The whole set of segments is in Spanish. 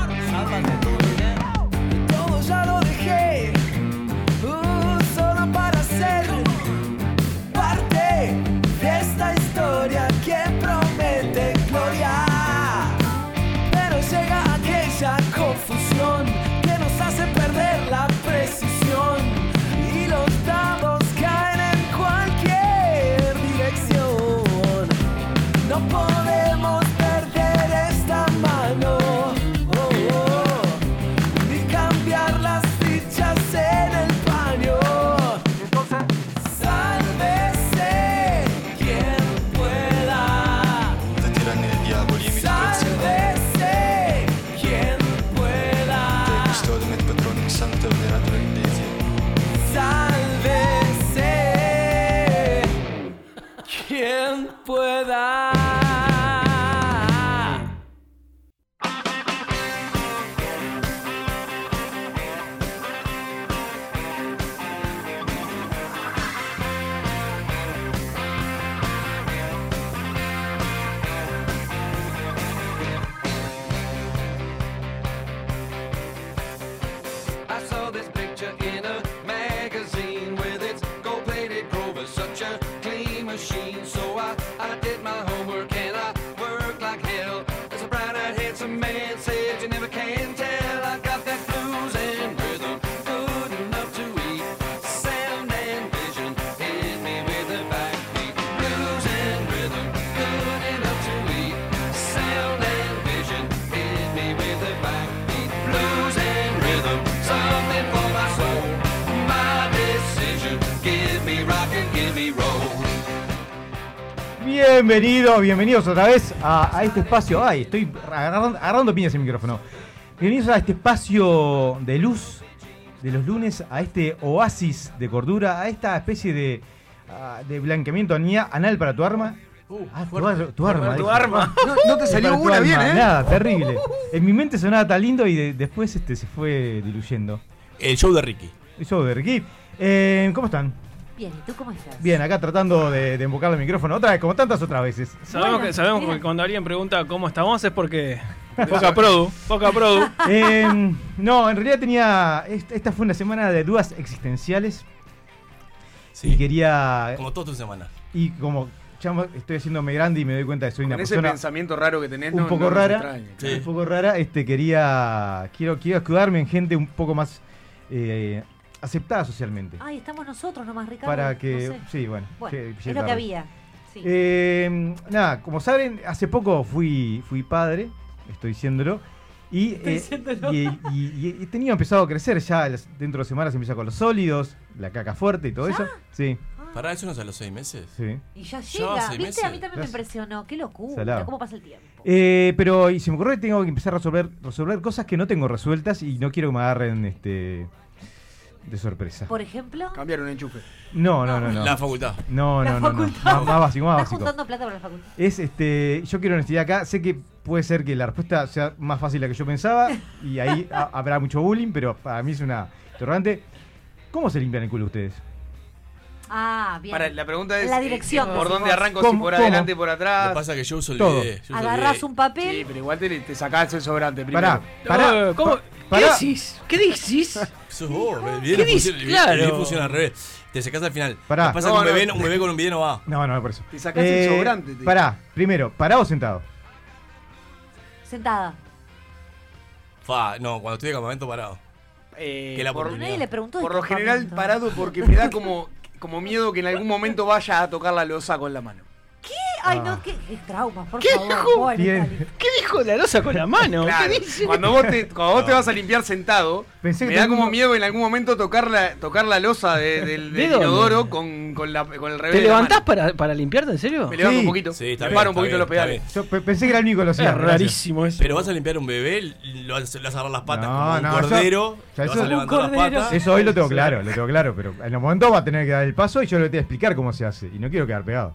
uh, pueda. I saw this picture in a magazine with its gold plated Grover, such a clean machine. So I, I did my homework and I worked like hell. As a bright eyed handsome man said, You never can tell. I got that blues and rhythm, good enough to eat. Sound and vision hit me with a backbeat. Blues and rhythm, good enough to eat. Sound and vision hit me with a backbeat. Blues and rhythm, something for my soul. My decision, give me rock and give me roll. Bienvenidos, bienvenidos otra vez a, a este espacio. Ay, estoy agarrando, agarrando piñas el micrófono. Bienvenidos a este espacio de luz de los lunes, a este oasis de cordura, a esta especie de, ah, de blanqueamiento anía- anal para tu arma. Uh, Ah, tu, ar- tu arma. tu dije. arma. No, no te Es salió para tu una alma, bien, ¿eh? Nada, terrible. En mi mente sonaba tan lindo y de- después este, se fue diluyendo. El show de Ricky. Eso de Ricky. Eh, ¿Cómo están? Bien, ¿y tú cómo estás? Bien, acá tratando de, de embocar el micrófono otra vez, como tantas otras veces. Sabemos, Bueno, que, sabemos mira. que cuando alguien pregunta cómo estamos es porque. Poca produ. Poca produ. Eh, no, en realidad tenía. est- Esta fue una semana de dudas existenciales. Y quería. Como toda tu semana. Y como ya mo- estoy haciéndome grande y me doy cuenta que soy una Con ese persona pensamiento raro que tenés, un no- poco no nos rara. extraña. Sí. un poco rara, este quería. Quiero, quiero escudarme en gente un poco más eh, aceptada socialmente. Ay, estamos nosotros nomás, Ricardo. para Ah, no que. sé. Sí, bueno. Bueno, que- es lo llegué que tarde. había. Sí. Eh, nada, como saben, hace poco fui, fui padre, estoy diciéndolo. Y, eh, y, y- y- y tenía empezado a crecer ya las- dentro de semanas empieza con los sólidos, la caca fuerte y todo eso. Sí, Para eso no es a los seis meses. sí. y ya ya llega, hace ¿viste? A mí meses. también Ya me hace- impresionó. Qué locura, Salado. cómo pasa el tiempo. Eh, pero y se me ocurrió que tengo que empezar a resolver, resolver cosas que no tengo resueltas y no quiero que me agarren este, de sorpresa. Por ejemplo, Cambiar un enchufe. No, no, no, no. La facultad. No, La no, no, no. facultad. Más, más básico, más estás básico. juntando plata para la facultad. Es este. Yo quiero honestidad acá. Sé que puede ser que la respuesta sea más fácil de la que yo pensaba. Y ahí ha- habrá mucho bullying, pero para mí es una interrogante. ¿Cómo se limpian el culo ustedes? Ah, bien. Para, la pregunta es La eh, dirección, ¿Por decís dónde vos. arranco? Si ¿Cómo? por ¿Cómo? adelante, por Lo atrás. que pasa es que yo uso el Todo. video. yo uso el Agarrás video. un Sí, papel. pero igual te, te sacás el sobrante primero. Pará, pará. Eh, ¿cómo? pará. ¿Qué decís? ¿Qué decís? Sos vos, el video ¿Qué no dices? funciona, el video- el video Claro. funciona al revés. Te sacás al final. Pará. Lo que pasa No, es que un no, bebé, no. un bebé con un video no va. No, no, por eso. Eh, Te sacás el sobrante, te Pará, primero, parado o sentado. Sentada. Fa, no, cuando estoy de campamento parado. Eh, Que la por, Pero nadie le preguntó de por lo general campamento. parado porque me da como, como miedo que en algún momento vaya a tocar la losa con la mano. Ay, Ah. no, qué, qué trauma, por ¿Qué favor. dijo? Bueno, Bien. dale. ¿Qué dijo la losa con la mano? Claro, ¿Qué dice? Ah. cuando vos te, cuando vos te vas a limpiar sentado, Pensé que me da tenía como un- miedo en algún momento tocar la, tocar la losa de- del, ¿De del dónde? inodoro con, con, la, con el revés. ¿Te de la mano. levantás para, para limpiarte, en serio? Me levanto Sí. un poquito. Sí, está me bien, paro un está poquito bien, los está pedales. Yo pe- pensé que era el único que lo hacía. es gracias. rarísimo eso. Pero vas a limpiar un bebé, lo vas lo vas a agarrar las patas No, como un no, eso- cordero. ya le vas eso- a Un levantar las cordero. patas. Eso hoy lo tengo claro, lo tengo claro, pero en el momento va a tener que dar el paso y yo le voy a explicar cómo se hace. Y no quiero quedar pegado.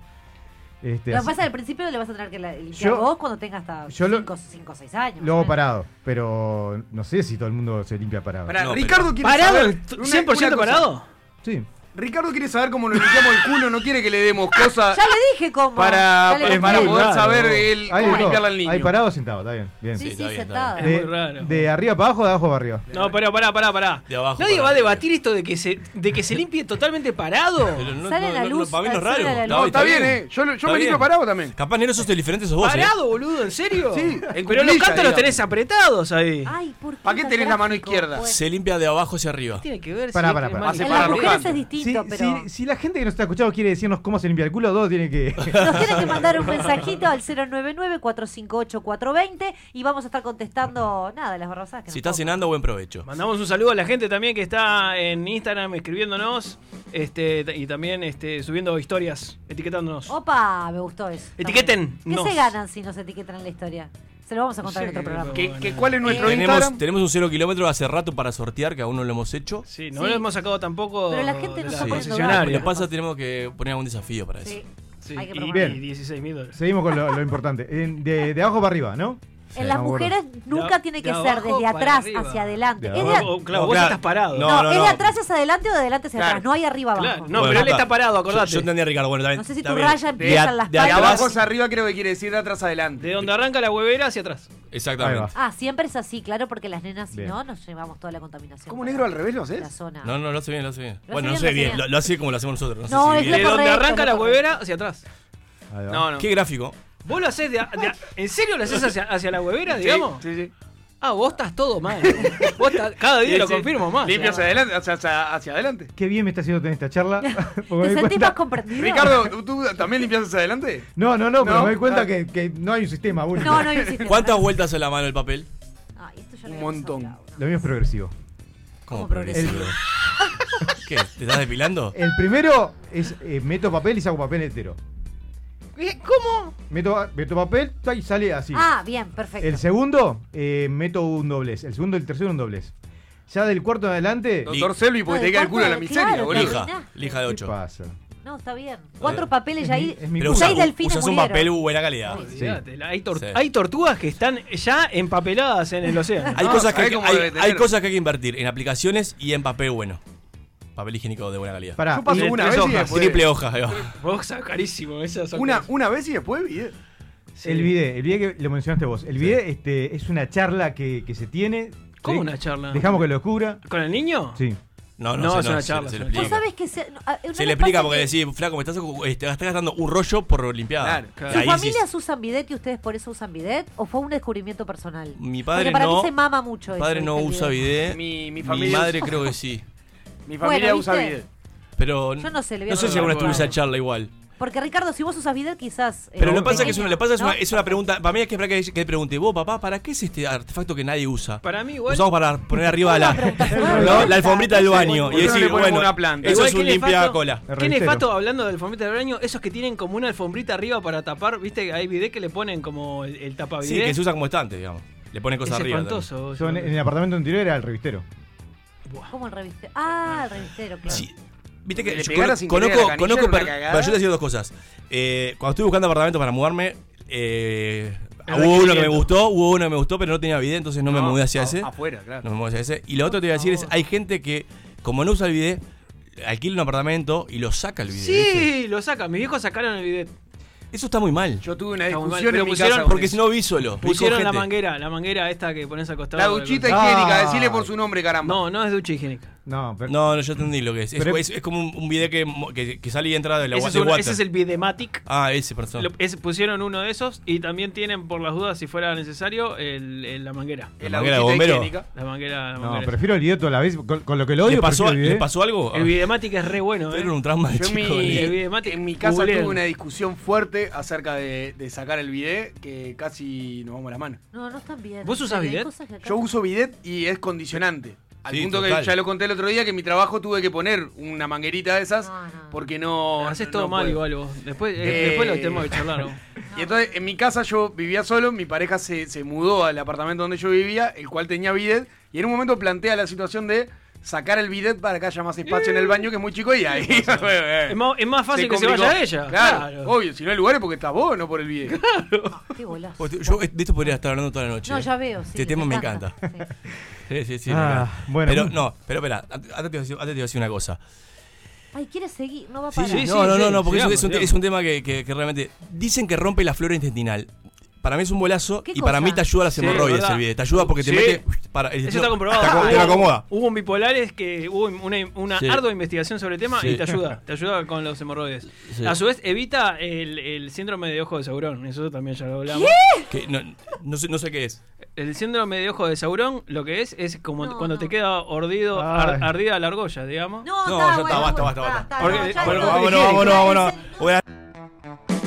Este, Lo que así- pasa al principio le vas a tener que la- limpiar Yo- vos cuando tengas hasta yo lo- 5 o 6 años. Lo hago para parado, pero no sé si todo el mundo se limpia parado. Pará, No, pero- Ricardo quiere ¿Parado? saber. una- ¿100% una cosa. parado? Sí. Ricardo quiere saber cómo nos limpiamos el culo, no quiere que le demos cosas Ya le dije cómo. para, Ya le para- dije. para muy poder raro. saber el, Hay cómo de todo. limpiarle al niño. Hay parado o sentado, está bien. bien. Sí, Sí, sí, está bien, está sentada. bien. De, Es muy raro. de arriba para abajo, de abajo para arriba. No, pará, pará, pará, pará. De abajo Nadie para va a arriba. debatir esto de que se, de que se limpie totalmente parado. Pero no- Sale no- la no- luz, para mí no es sale raro. la luz. No, está bien, bien. eh. Yo, lo- yo Está me limpio bien. parado también. Capaz negro sos el diferente, sos vos. eh. ¿Parado, boludo? ¿En serio? Sí, en Pero cuclillas, los cantos los digamos. tenés apretados ahí. Ay, ¿por qué? ¿Para qué tan tenés la mano gráfico? izquierda? Bueno. Se limpia de abajo hacia arriba. Tiene que ver Pará, si pará, es pará. más- Hace En para las los mujeres es cantos. Si, distinto, pero. si- si la gente que nos está escuchando quiere decirnos cómo se limpia el culo, dos tiene que. Nos tienen que mandar un mensajito al 099-458-420 y vamos a estar contestando nada, las barrasadas que Si nos estás pongan. cenando, buen provecho. Mandamos un saludo a la gente también que está en Instagram escribiéndonos este, t- y también este, subiendo historias, etiquetándonos. Opa, me gustó eso. Está Etiqueten, bueno. ¿Qué nos. se ganan si nos etiquetan en la historia? Se lo vamos a contar Sí, en otro programa. pero- ¿Qué, qué- ¿Cuál es nuestro Tenemos, Instagram? tenemos un cero kilómetro hace rato para sortear, que aún no lo hemos hecho. Sí, no Sí. lo hemos sacado tampoco Pero la gente de no la está poniendo concesionaria. Lo que pasa, tenemos que poner algún desafío para eso. Sí. Sí. Hay que Y, proponer. Bien. 16 mil dólares. Seguimos con lo, lo importante. En- de, de abajo para arriba, ¿no? En las Ah, bueno. mujeres nunca De- tiene de que ser abajo desde para atrás arriba. hacia adelante. De Es de, abajo. O- o, claro, No, vos claro. estás parado. No, no, no, es no. de atrás hacia adelante o de adelante hacia Claro. atrás. No hay arriba abajo. Claro, no, Bueno, pero él está- está parado, Yo, acordate. yo entendí a Ricardo, bueno, también. No sé si está tu bien. raya De empieza a- en las de De patas. abajo atrás. hacia arriba creo que quiere decir de atrás adelante. De donde arranca la huevera hacia atrás. Ahí Exactamente. Ah, siempre es así, claro, porque las nenas, si Bien. no, nos llevamos toda la contaminación. ¿Cómo para negro al revés lo haces? La zona. No, no, lo hace bien, lo hace bien. Lo bueno, hace no bien, sé lo hace bien, bien. lo, lo hace como lo hacemos nosotros. No, sé es si De lo bien. correcto, donde arranca lo la correcto. huevera hacia atrás. Ahí va. No, no. Qué gráfico. ¿Vos lo haces de, a- de a- ¿En serio lo haces hacia, hacia la huevera, Sí, digamos? Sí, sí. Ah, vos estás todo mal. Vos estás- cada día Sí, lo sí. confirmo más. Limpio hacia adelante, hacia, hacia- hacia adelante. Qué bien me está haciendo tener esta charla. ¿Te porque me doy sentís cuenta- más comprendido? Ricardo, ¿tú, tú también limpias hacia adelante? No, no, no, pero No. me doy cuenta Ah. que, que no hay un sistema único. No, no hiciste. ¿Cuántas vueltas en la mano el papel? Ay, esto ya lo Un habíamos montón. hablado, ¿no? Lo mío es progresivo. ¿Cómo ¿Cómo progresivo? ¿Qué? ¿Te estás depilando? El primero es eh, meto papel y saco papel entero. ¿Cómo? Meto, meto papel ta, y sale así. Ah, bien, perfecto. el segundo, eh, meto un doblez. El segundo y el tercero un doblez. Ya del cuarto en adelante. No, Doctor Selvi, porque No, te de queda el culo en la cuatro, miseria, claro, boludo. Lija, arruinaste. lija de ¿Qué 8. pasa? No, está bien. Cuatro papeles Es ya mi- ahí. es mi Pero culpa. usas, seis delfines usas un murieron. papel uh, buena calidad. Sí. Olvídate, la- Hay, tor- Sí. hay tortugas que están ya empapeladas en el océano. Hay, No, cosas que hay, ¿sabés cómo hay- debe tener? hay cosas que hay que invertir en aplicaciones y en papel bueno. Papel higiénico de buena calidad. Pará, Yo paso y- una tres vez y hojas. después. Triple hoja, ahí va. Vos sacás carísimo esas son Una, carísimas. una vez y después, eh. bien. Sí. El video, el video que lo mencionaste vos. El video este, es una charla que, que se tiene. ¿Cómo ¿sí? una charla? Dejamos que lo descubra. ¿Con el niño? Sí. No, no, No, se, es una se- charla, Se, es le una Vos explica. sabés que se, no, a- no Se les le explica pasa porque que decís, flaco, me estás, ocu- este, estás gastando un rollo por limpiada. Claro, claro. ¿Sus Ahí sí- familias usan bidet y ustedes por eso usan bidet? ¿O fue un descubrimiento personal? Mi padre Porque para no. mí se mama mucho Mi eso, padre ¿viste, no el usa bidet? bidet. Mi- mi mi familia madre creo que sí. Mi familia Bueno, usa ¿viste? bidet. Pero Yo no sé, le voy a no sé si preguntar alguna a vez tuve esa Ricardo. charla igual. Porque Ricardo, si vos usas bidet, quizás. Pero eh, lo que pasa es que es pequeño, una, lo que pasa es ¿no? una, es una pregunta. Para mí es que habrá que, que pregunte, vos, papá, ¿para qué es este artefacto que nadie usa? Para mí igual. Usamos para poner arriba la, Una pregunta ¿no? suave. la alfombrita del baño. ¿Por Y qué no decir, le ponemos bueno, una planta? eso Igual es que un nefasto- limpia cola. Qué Revistero. nefasto hablando de alfombrita del baño, esos que tienen como una alfombrita arriba para tapar, viste, hay bidet que le ponen como el, el tapavidé. Sí, que se usa como estante, digamos. Le ponen eh? es cosas arriba. espantoso. vos, Yo en, en el boludo. apartamento anterior era el revistero. ¿Cómo el revistero? Ah, el revistero, claro. Sí. Viste que Le yo pegara cono- sin querer a la conozco, canilla, conozco, era una per- cagada. pero yo te decía dos cosas. Eh, cuando estuve buscando apartamento para mudarme, eh, El hubo uno que me requerimiento. gustó, hubo uno que me gustó, pero no tenía vida, entonces no, me mudé hacia a- ese. Afuera, No claro. me muevo hacia ese. Y lo otro que te iba a decir es, hay gente que, como no usa el bidet, alquila un apartamento y lo saca el bidet. ¿viste? Sí, lo sacan. Mis viejos sacaron el bidet. Eso está muy mal. Yo tuve una Está muy mal, discusión pero en mi pusieron- casa. con Porque eso. si no vi solo. vi Pusieron con la gente. manguera, la manguera esta que pones acostado. La duchita Ah. higiénica, decile por su nombre, caramba. No, no es ducha higiénica. No, pero. No, no, yo entendí lo que es. Es, Pero- es- es como un, un bidet que, mo- que, que sale y entra de la Ese wa- es, de un- water. ese es el Bidematic. Ah, ese, perdón. Lo- es- pusieron uno de esos y también tienen, por las dudas, si fuera necesario, el- el- la manguera. En la manguera de bombero. La manguera. La No, manguera. prefiero el video toda la vez. Con, con lo que lo odio, ¿Le, pasó, prefiero el ¿Le video. pasó algo? El Bidematic es re bueno, Era ¿eh? un trauma de Yo en chico. mi, el bidet mate, en mi casa googleen. tuve una discusión fuerte acerca de, de sacar el bidet que casi nos vamos a la mano. No, no están bien. ¿Vos usás Hay bidet? cosas que acá- Yo uso bidet y es condicionante. Al Sí, punto total. que ya lo conté el otro día que en mi trabajo tuve que poner una manguerita de esas No, no. porque no. Haces no todo mal puedo. igual vos. Después, eh, Eh. después lo tenemos que charlar. ¿no? Y entonces en mi casa yo vivía solo, mi pareja se, se mudó al apartamento donde yo vivía, el cual tenía bidet, y en un momento plantea la situación de sacar el bidet para que haya más espacio en el baño que es muy chico y ahí. Es, más, es más fácil que se complicó. vaya ella. Claro, obvio, si no hay lugares porque estás vos, no por el bidet. Ah, Qué bolazo. Pues, Yo de esto podría estar hablando toda la noche. No, ¿eh? ya veo. Sí, Este tema me encanta. Sí. Sí, sí, sí. Ah, me encanta. bueno. Pero no, pero espera, antes antes te iba a decir- antes te iba a decir una cosa. Ay, quiere seguir. No va a Sí, parar. sí, no, no, no, no, porque sigamos, es, un, te- sigamos. es un tema que, que- que realmente. Dicen que rompe la flora intestinal. Para mí es un bolazo ¿Qué y para cosa? mí te ayuda a las Sí, hemorroides verdad. el bidet. Te ayuda porque te Sí. mete. Para, el Eso intestino- está comprobado. Te, aco- te lo acomoda. Hubo un bipolares que hubo una, una Sí. ardua investigación sobre el tema Sí. y te ayuda. Te ayuda con los hemorroides. Sí. A su vez, evita el, el síndrome de ojo de Saurón. Eso también ya lo hablamos. Que no, no sé, no sé qué es. El síndrome de ojo de Saurón lo que es es como No, cuando te no. queda ordido, Ay. ar- ardida la argolla, digamos. No, No, está, ya está, bueno, basta, basta, bueno, basta. está, Porque- no, ya bueno, está. Vámonos, vámonos, vámonos. Buena-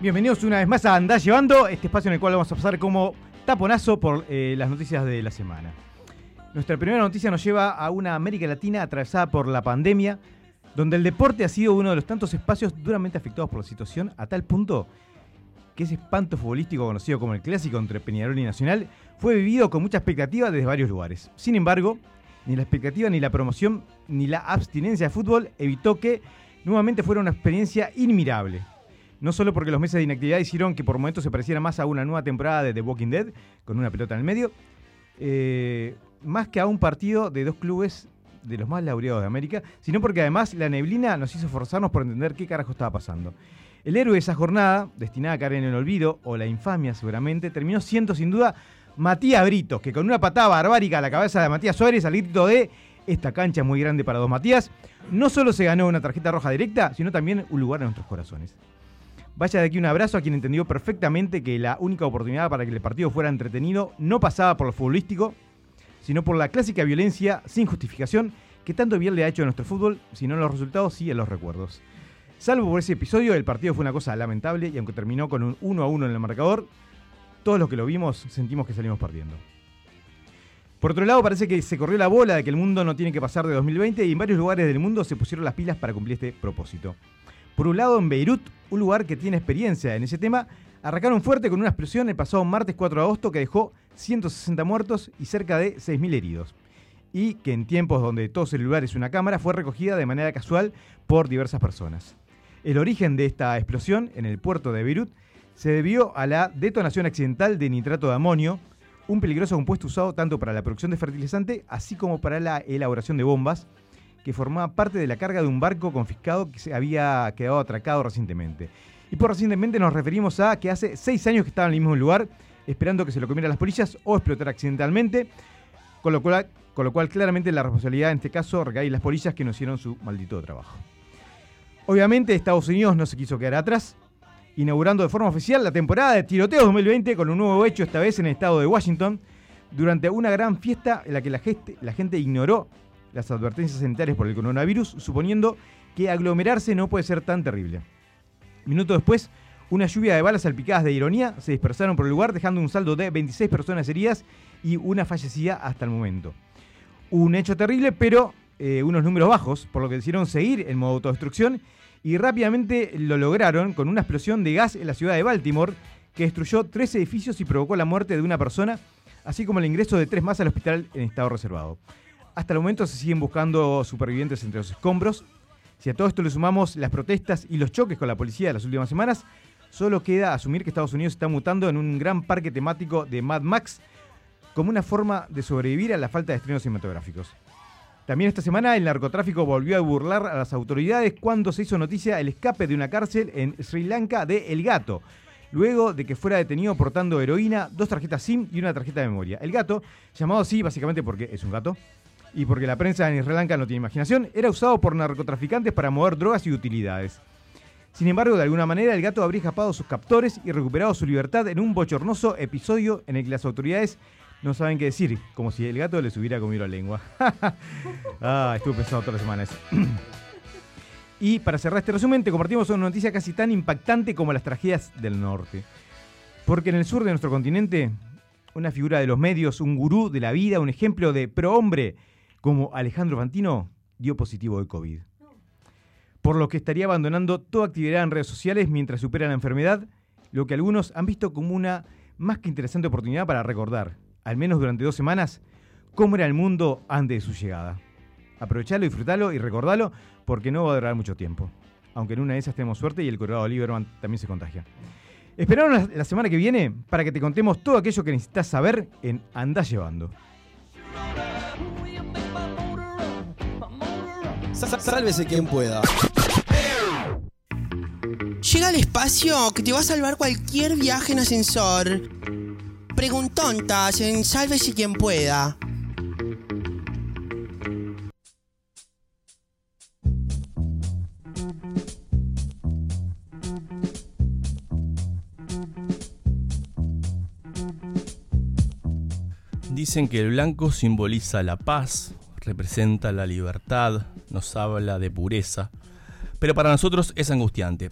Bienvenidos una vez más a Andá Llevando, este espacio en el cual vamos a pasar como taponazo por eh, las noticias de la semana. Nuestra primera noticia nos lleva a una América Latina atravesada por la pandemia, donde el deporte ha sido uno de los tantos espacios duramente afectados por la situación, a tal punto que ese espanto futbolístico conocido como el clásico entre Peñarol y Nacional fue vivido con mucha expectativa desde varios lugares. Sin embargo, ni la expectativa, ni la promoción, ni la abstinencia de fútbol evitó que nuevamente fuera una experiencia inmirable. No solo porque los meses de inactividad hicieron que por momentos se pareciera más a una nueva temporada de The Walking Dead, con una pelota en el medio, eh, más que a un partido de dos clubes de los más laureados de América, sino porque además la neblina nos hizo forzarnos por entender qué carajo estaba pasando. El héroe de esa jornada, destinada a caer en el olvido o la infamia seguramente, terminó siendo sin duda Matías Britos, que con una patada barbárica a la cabeza de Matías Suárez al grito de esta cancha es muy grande para dos Matías, no solo se ganó una tarjeta roja directa, sino también un lugar en nuestros corazones. Vaya de aquí un abrazo a quien entendió perfectamente que la única oportunidad para que el partido fuera entretenido no pasaba por lo futbolístico, sino por la clásica violencia sin justificación que tanto bien le ha hecho a nuestro fútbol, sino en los resultados y en los recuerdos. Salvo por ese episodio, el partido fue una cosa lamentable y aunque terminó con un 1 a 1 en el marcador, todos los que lo vimos sentimos que salimos perdiendo. Por otro lado, parece que se corrió la bola de que el mundo no tiene que pasar de 2020 y en varios lugares del mundo se pusieron las pilas para cumplir este propósito. Por un lado, en Beirut, un lugar que tiene experiencia en ese tema, arrancaron fuerte con una explosión el pasado martes 4 de agosto que dejó 160 muertos y cerca de 6.000 heridos. Y que en tiempos donde todo celular es una cámara fue recogida de manera casual por diversas personas. El origen de esta explosión en el puerto de Beirut se debió a la detonación accidental de nitrato de amonio, un peligroso compuesto usado tanto para la producción de fertilizante así como para la elaboración de bombas, que formaba parte de la carga de un barco confiscado que se había quedado atracado recientemente. Y por recientemente nos referimos a que hace seis años que estaba en el mismo lugar, esperando que se lo comieran las polillas o explotar accidentalmente, con lo cual, con lo cual claramente la responsabilidad en este caso recae en las polillas que nos hicieron su maldito trabajo. Obviamente Estados Unidos no se quiso quedar atrás, inaugurando de forma oficial la temporada de tiroteos 2020 con un nuevo hecho, esta vez en el estado de Washington, durante una gran fiesta en la que la gente, la gente ignoró las advertencias sanitarias por el coronavirus, suponiendo que aglomerarse no puede ser tan terrible. Minutos después, una lluvia de balas salpicadas de ironía se dispersaron por el lugar, dejando un saldo de 26 personas heridas y una fallecida hasta el momento. Un hecho terrible, pero eh, unos números bajos, por lo que decidieron seguir en modo autodestrucción y rápidamente lo lograron con una explosión de gas en la ciudad de Baltimore que destruyó tres edificios y provocó la muerte de una persona, así como el ingreso de tres más al hospital en estado reservado. Hasta el momento se siguen buscando supervivientes entre los escombros. Si a todo esto le sumamos las protestas y los choques con la policía de las últimas semanas, solo queda asumir que Estados Unidos está mutando en un gran parque temático de Mad Max como una forma de sobrevivir a la falta de estrenos cinematográficos. También esta semana el narcotráfico volvió a burlar a las autoridades cuando se hizo noticia el escape de una cárcel en Sri Lanka de El Gato, luego de que fuera detenido portando heroína, dos tarjetas SIM y una tarjeta de memoria. El gato, llamado así básicamente porque es un gato, y porque la prensa en Sri Lanka no tiene imaginación, era usado por narcotraficantes para mover drogas y utilidades. Sin embargo, de alguna manera, el gato habría escapado a sus captores y recuperado su libertad en un bochornoso episodio en el que las autoridades no saben qué decir, como si el gato les hubiera comido la lengua. ah, estuve pensando todas las semanas. y para cerrar este resumen, te compartimos una noticia casi tan impactante como las tragedias del norte. Porque en el sur de nuestro continente, una figura de los medios, un gurú de la vida, un ejemplo de prohombre como Alejandro Fantino, dio positivo de COVID. Por lo que estaría abandonando toda actividad en redes sociales mientras supera la enfermedad, lo que algunos han visto como una más que interesante oportunidad para recordar, al menos durante dos semanas, cómo era el mundo antes de su llegada. Aprovechalo, disfrutalo y recordalo porque no va a durar mucho tiempo. Aunque en una de esas tenemos suerte y el Colorado Lieberman también se contagia. Esperaron la, la semana que viene para que te contemos todo aquello que necesitas saber en Andá Llevando. Sa- Sálvese quien pueda. Llega al espacio que te va a salvar cualquier viaje en ascensor. Preguntontas en Sálvese quien pueda. Dicen que el blanco simboliza la paz, representa la libertad, nos habla de pureza, pero para nosotros es angustiante,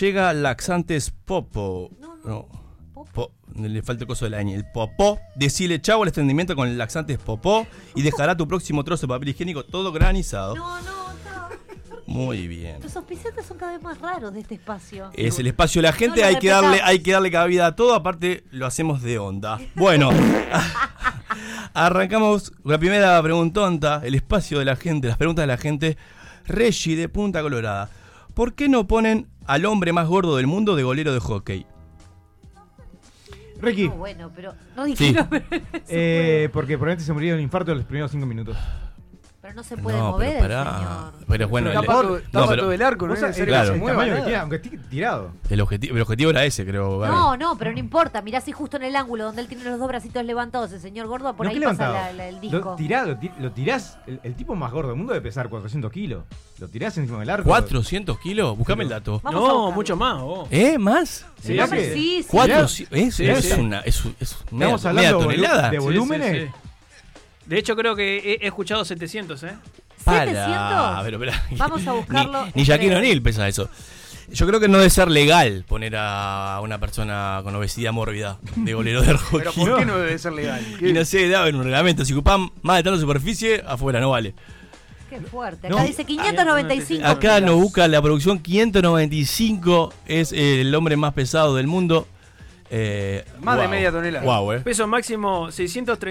Llega Laxantes Popo. No, no. Popo. Po- le falta el coso del año. El popó. Decile chau al extendimiento con Laxantes Popó y dejará tu próximo trozo de papel higiénico todo granizado. No, no, no. Muy bien. Los auspiciantes son cada vez más raros de este espacio. Es el espacio de la gente, No lo hay, que darle, respetamos. hay que darle cabida a todo, aparte lo hacemos de onda. Bueno, arrancamos con la primera preguntonta, el espacio de la gente, las preguntas de la gente. Reggie de Punta Colorada, ¿por qué no ponen al hombre más gordo del mundo de golero de hockey? Ricky, No, bueno, pero no dijeron, pero, eh, porque probablemente se murió de un infarto en los primeros cinco minutos. pero no se puede no, mover pero pará. el señor. Pero bueno, Pero el, tapa, todo, no, tapa pero todo el arco, no Vos es sabés necesario claro. que se el mueva tamaño que nada. tiene, aunque esté tirado. el objetivo, el objetivo era ese, creo. Gaby. No, no, pero no importa. Mirá si justo en el ángulo donde él tiene los dos bracitos levantados, el señor gordo, por ¿No ahí qué pasa levantado? la- la- el disco. Lo, tirado, ti- lo tirás. El, el tipo más gordo del mundo debe pesar 400 kilos. Lo tirás encima del arco. ¿400 kilos? Buscame el dato. Vamos a No, buscarlo. mucho más, vos. ¿Eh? ¿Más? Sí, Vamos- sí. sí, sí. Cuatro, Sí, es, sí, es sí. una, es, un- es una Estamos media hablando de volu- tonelada. de volúmenes. Sí, sí, sí. De hecho, creo que he, he escuchado 700, ¿eh? Para, 700. pero, pero- Vamos a buscarlo Ni, ni Shaquille entre- O'Neal pesa eso. Yo creo que no debe ser legal poner a una persona con obesidad mórbida de golero de rojo. Pero ¿por qué no debe ser legal? Y no ¿Qué? sé, da en un reglamento. Si ocupan más de tal superficie, afuera, no vale. Qué fuerte. No. Acá dice 595. Acá kilos. nos busca la producción 595, es el hombre más pesado del mundo. Eh, Más de guau. media tonelada. Guau, eh. Peso máximo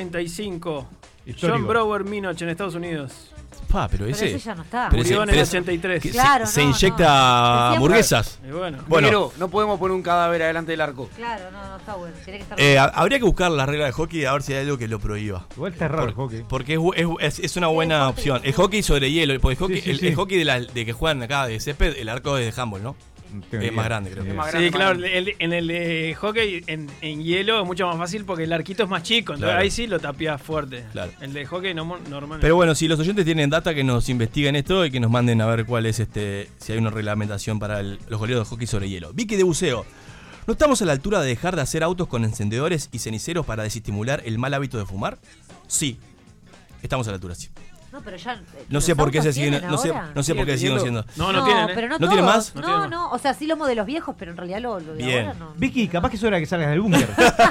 635. Histórico. John Brower Minoch en Estados Unidos. Pa, pero ese. Pero ese ya no está. pero ese- Murió en el pero ese- 83. que se- Claro, se, no, no. inyecta Decíamos- hamburguesas. Y bueno. Bueno. Pero no podemos poner un cadáver adelante del arco. Claro, no, no está bueno. Tiene que estar. Eh, ha- habría que buscar la regla de hockey a ver si hay algo que lo prohíba. Igual está raro el hockey. Porque es, bu- es- es- es una buena hockey. opción. El hockey sobre hielo. Porque el hockey, Sí, sí, el, sí. el hockey de, la- de que juegan acá de césped, el arco es de handball, ¿no? No tengo Es idea. más grande, creo. Sí. Es más grande, Sí, claro, más- el- en el eh, hockey en, en hielo es mucho más fácil porque el arquito es más chico, entonces Claro. ahí sí lo tapeas fuerte. Claro. El de hockey no, normal. Pero bueno, si los oyentes tienen data, que nos investiguen esto y que nos manden a ver cuál es este. Si hay una reglamentación para el- los goleros de hockey sobre hielo. Vicky de buceo. ¿No estamos a la altura de dejar de hacer autos con encendedores y ceniceros para desestimular el mal hábito de fumar? Sí. Estamos a la altura, sí. no, pero ya. eh, No sé por qué se siguen. siguen. No sé, no sé por qué siguen teniendo? siendo. No, no, tienen. ¿eh? pero no, ¿No tienen todos. más? No, No no, tienen O sea, sí los modelos viejos, pero en realidad lo, lo de Bien. ahora no. Vicky, capaz que es hora que salgas del búnker. la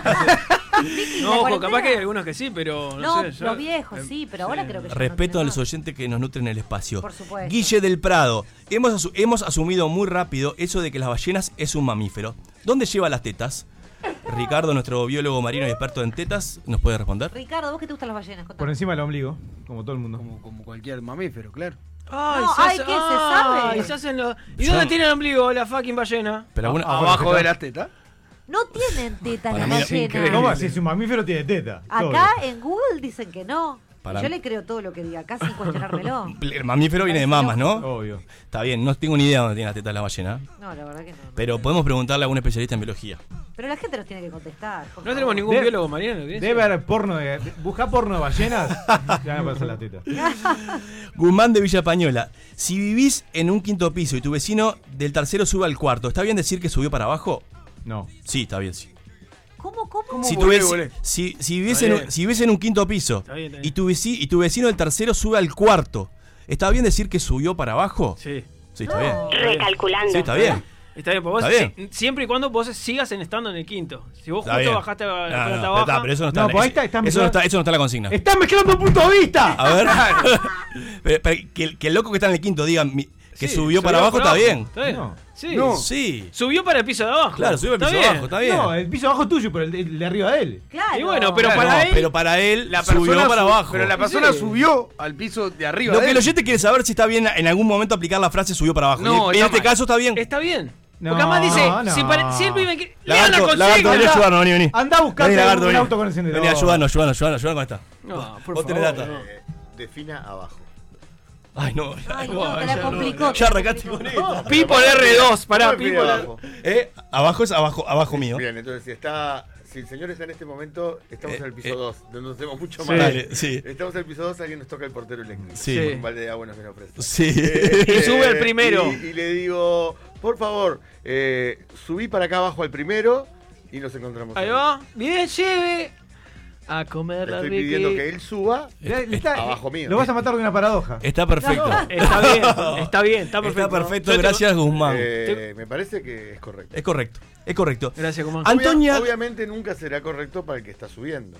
No, ojo, cuarentena. capaz que hay algunos que sí, pero no, No, sé. yo- los viejos, sí, pero ahora creo que ya no Respeto a tienen los más. oyentes que nos nutren el espacio. Por supuesto. Guille del Prado. Hemos, asu- hemos asumido muy rápido eso de que las ballenas es un mamífero. ¿Dónde lleva las tetas? Ricardo, nuestro biólogo marino y experto en tetas, nos puede responder. Ricardo, ¿vos qué te gustan las ballenas? Contame. Por encima del ombligo, como todo el mundo. Como, como cualquier mamífero, claro. Ay, No, se ay, hace- ¿qué? ¿Se sabe? ay, se hacen los- ¿Y Son- dónde tiene el ombligo la fucking ballena? Pero alguna- Ah, Abajo bueno, de las tetas. No tienen tetas Para las mí es ballenas. ¿Cómo así? Si un mamífero tiene teta. Acá Todo. en Google dicen que no. Para Yo mí- le creo todo lo que diga, acá sin cuestionármelo. El mamífero viene de mamas, ¿no? Obvio. Está bien, no tengo ni idea dónde tiene las tetas la ballena. No, la verdad que no. Pero, Pero podemos preguntarle a algún especialista en biología. la gente nos tiene que contestar. por No favor. tenemos ningún Debe- biólogo marino. ¿qué es? Debe haber porno de. Busca porno de ballenas. Ya van a pasar las tetas. Guzmán de Villa Pañola. Si vivís en un quinto piso y tu vecino del tercero sube al cuarto, ¿está bien decir que subió para abajo? No. Sí, está bien, sí. ¿Cómo, cómo? ¿Cómo? si, tu volé, veci- volé? si, si viviese en, un- bien. si viviese en un quinto piso Está bien, está bien. y, tu veci- y tu vecino del tercero sube al cuarto, ¿está bien decir que subió para abajo? Sí, Sí. está bien. Recalculando. Sí, está bien. Está bien, porque vos Está bien. si- siempre y cuando vos sigas en estando en el quinto. Si vos Está justo bien. bajaste a No, la no, planta pero baja. está, pero eso no está, No, pues ahí está, eso- está eso no mezclado. está, eso no está en la consigna. ¡Estás mezclando puntos de vista! A ver. Pero- pero que, el- que el loco que está en el quinto diga mi- que Sí, subió para abajo, está bien. No. Sí. No. Sí. Subió para el piso de abajo. Claro, subió para Está el piso bien. abajo, está bien. No, el piso abajo es tuyo, pero el de, el de arriba de él. eh, Claro. Y bueno, pero Claro, para No, él. pero para él La persona subió para su- abajo. Pero la persona Sí. subió al piso de arriba. Lo de que el él. oyente quiere saber si está bien en algún momento aplicar la frase subió para abajo. Y No, en- en está este mal. caso está bien. Está bien. No, Porque además dice, no. si, para, si él vive en que. ¡Lean la Lagarto, consigna! lagarto, vení a ayudarnos, vení, vení. Andá a buscarte Vení, un auto con encendedor. Vení, ayudarnos, ayudarnos, ayudarnos, ayudarnos con esta. No, por Vos favor. tenés data. Defina abajo. Ay, no. Ay, Guau, no, te ya la no. complicó. Ya arrancaste con esto. People R2, pará, Defina People R2. abajo. Eh, abajo es abajo, abajo mío. Bien, entonces si está. Si el señor está en este momento, estamos Eh, en el eh. piso 2, donde nos tenemos mucho Sí. más. Dale, sí. Estamos en el piso 2, alguien nos toca el portero eléctrico. Sí. Un balde de agua nos viene a ofrecer. Eh, Sí. Y sube el primero. Y, y le digo, por favor, eh, subí para acá abajo al primero y nos encontramos. Ahí va. Bien, lleve. a comer Le la estoy Vicky. pidiendo que él suba. Eh, Le- le está- eh, Abajo mío. Lo vas a matar de una paradoja. Está perfecto. Está bien, está bien, está perfecto. Está perfecto, Yo te- gracias Guzmán. Eh, me parece que es correcto. Es correcto, es correcto. Gracias, Guzmán. Al- Antonia- Obvia- obviamente nunca será correcto para el que está subiendo.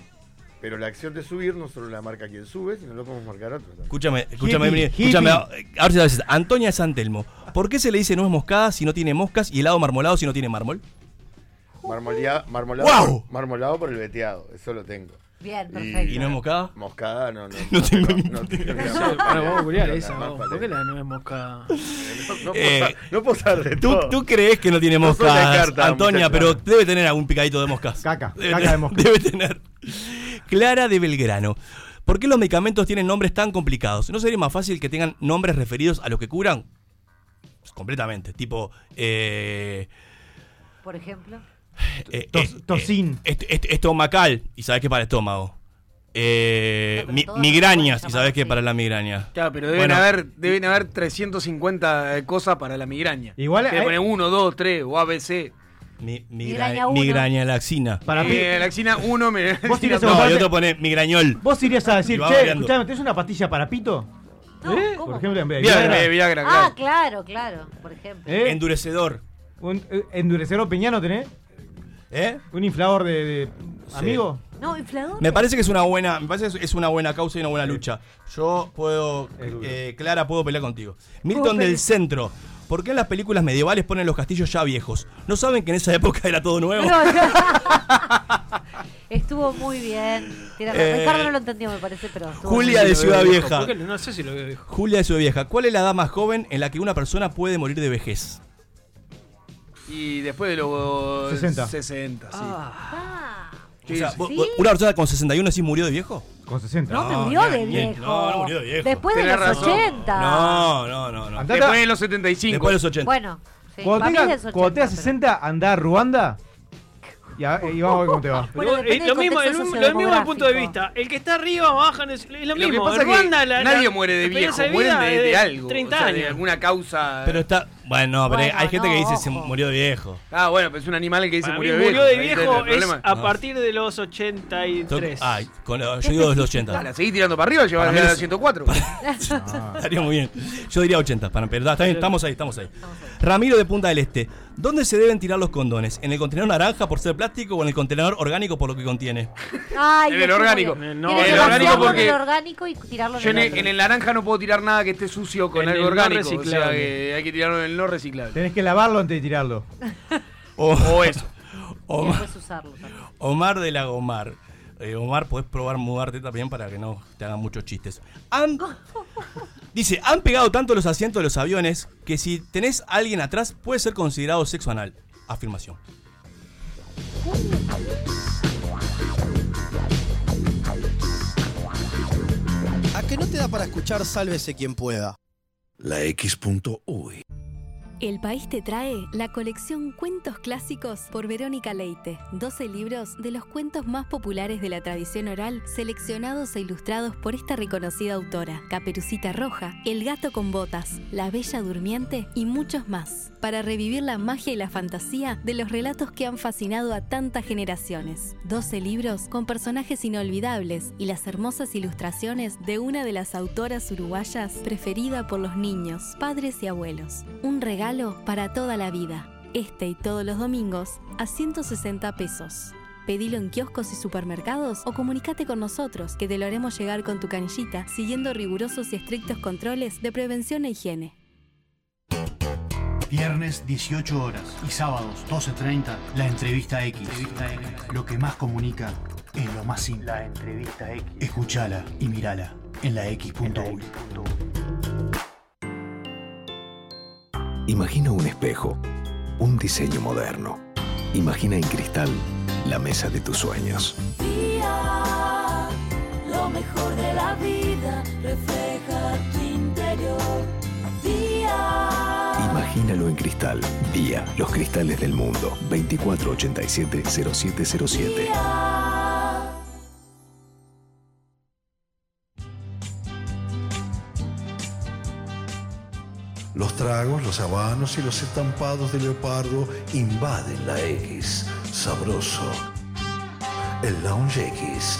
Pero la acción de subir no solo la marca quien sube, sino lo podemos marcar otros. también. Escúchame, escúchame, Emily, Hippie, escúchame. A a ver si sabes. Antonia Santelmo. ¿Por qué se le dice nuez moscada si no tiene moscas y helado marmolado si no tiene mármol? Marmolea- marmolado, ¡Guau! marmolado por el veteado, eso lo tengo. Bien, Y- perfecto. ¿Y no es moscada? Moscada, no, no. No tengo ni no tengo ni Eso, idea. Bueno, vamos a googlear No, esa. nada más vos. para ¿Por qué leer. la no es mosca? No Eh, puedo- No puedo saber de ¿Tú, todo. tú crees que no tiene No soy la moscas, carta, Antonia, muchacho. pero debe tener algún picadito de moscas. Caca, Debe caca tener- de moscas. Debe tener. Clara de Belgrano. ¿Por qué los medicamentos tienen nombres tan complicados? ¿No sería más fácil que tengan nombres referidos a los que curan? Pues, completamente. Tipo. Eh, Por ejemplo. eh, Tos- eh, tosin. eh, est- est- estomacal. ¿Y sabes que para el estómago? Eh, No, pero mi- todas migrañas. las ¿Y sabes que llaman para así. la migraña? Claro, pero deben, Bueno. haber, deben haber 350 cosas para la migraña. Igual Debe hay- poner 1, 2, 3 o ABC. eh, Mi- Migraña migra- uno. migraña laxina. Para mí. Eh, la axina 1 me. Vos tirás a No, Aparte- yo te pone migrañol. Vos irías a Y decir, va che, variando. escuchame, ¿tenés una pastilla para pito? ¿Eh? No, ¿cómo? Por ejemplo, en vez de Viagra, Viagra. eh, Viagra, Ah, claro. claro, claro. Por ejemplo. ¿Eh? Endurecedor. ¿Un eh, endurecedor peñano tenés? ¿Eh? ¿Un inflador de, de- amigo? No, inflador. Me parece que es una buena, me parece que es una buena causa y una buena lucha. Yo puedo, eh, Clara, puedo pelear contigo. Milton del Centro. ¿Por qué en las películas medievales ponen los castillos ya viejos? ¿No saben que en esa época era todo nuevo? No, no. Estuvo muy bien. Tiene razón. Eh, Ricardo no lo entendió, me parece, pero. estuvo Julia muy de bien. Ciudad Vieja. ¿Por qué? No sé si lo veo viejo. Julia de Ciudad Vieja. ¿Cuál es la edad más joven en la que una persona puede morir de vejez? Y después de los 60. 60, sí. Ah, Sí, O sea, sí. ¿vos- Sí. vos- ¿Una persona con 61 así murió de viejo? Con 60. no, No, murió de ni- ni- viejo. no, no murió de viejo. Después de Tenés los razón. 80. No, no, no. no. Andá- Después de los 75. Después de los 80. Bueno. sí, Cuando para mí tengas es del 80, cuando tengas pero- 60, andá a Ruanda y, a- y vamos a ver cómo te va. Pero, Bueno, depende eh, del lo mismo, el, contexto mismo- lo mismo desde el punto de sociodemográfico. vista. El que está arriba baja, en el- es lo mismo. Lo que pasa es que Ruanda, la- la- nadie muere de la viejo, experiencia mueren vida de, es de algo. 30 o sea, de años. alguna causa. Pero está. Bueno, pero Bueno, hay gente que no, dice se ojo. murió de viejo. Ah, bueno, pero es un animal el que dice Para mí murió de viejo. murió de ahí está viejo el es problema. a No. partir de los 83. Ay, con la- yo digo de los 80. Ah, la seguís tirando para arriba, llevas Para mí a es- 104. Estaría muy bien. Yo diría 80, para, pero está bien, estamos ahí, estamos ahí. Ramiro de Punta del Este. ¿Dónde se deben tirar los condones? ¿En el contenedor naranja por ser plástico o en el contenedor orgánico por lo que contiene? Ay, En el estuvo orgánico. bien. Eh, no, Tiene en que el orgánico vaciarlo en porque- el orgánico y tirarlo en Yo en el el, otro. en el naranja no puedo tirar nada que esté sucio con En algo el no orgánico. o sea, reciclable. que hay que tirarlo en el no reciclable. Tenés que lavarlo antes de tirarlo. O, O eso. Y Omar, después usarlo. también. Omar de la Gomar. Eh, Omar, podés probar mudarte también para que no te hagan muchos chistes. Han- dice, han pegado tanto los asientos de los aviones que si tenés a alguien atrás puede ser considerado sexo anal. Afirmación. ¿A qué no te da para escuchar Sálvese quien pueda? La X.UI. El país te trae la colección Cuentos Clásicos por Verónica Leite. 12 libros de los cuentos más populares de la tradición oral, seleccionados e ilustrados por esta reconocida autora. Caperucita Roja, El Gato con Botas, La Bella Durmiente y muchos más. Para revivir la magia y la fantasía de los relatos que han fascinado a tantas generaciones. 12 libros con personajes inolvidables y las hermosas ilustraciones de una de las autoras uruguayas preferida por los niños, padres y abuelos. Un regalo para toda la vida. Este y todos los domingos a 160 pesos. Pedilo en kioscos y supermercados o comunícate con nosotros que te lo haremos llegar con tu canillita siguiendo rigurosos y estrictos controles de prevención e higiene. Viernes 18 horas y sábados 12.30 la entrevista X. Lo que más comunica es lo más simple. La entrevista X. Escuchala y mirala en la X.U. Imagina un espejo, un diseño moderno. Imagina en cristal la mesa de tus sueños. Lo mejor de la vida refleja tu interior. Imagínalo en cristal. Día, los cristales del mundo. 2487-0707. Los tragos, los habanos y los estampados de leopardo invaden la X. Sabroso. el Lounge X.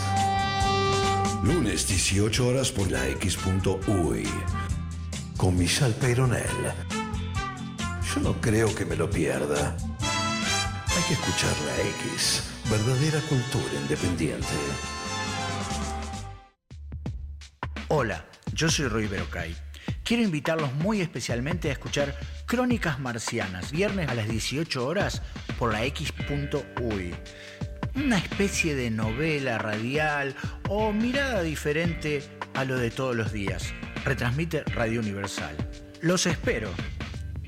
Lunes 18 horas por la X.uy. Con Michal Peyronel. Yo no creo que me lo pierda. Hay que escuchar la X, verdadera cultura independiente. Hola, yo soy Roy Berocay. Quiero invitarlos muy especialmente a escuchar Crónicas Marcianas, viernes a las 18 horas por la X.uy. Una especie de novela radial o mirada diferente a lo de todos los días. Retransmite Radio Universal. Los espero.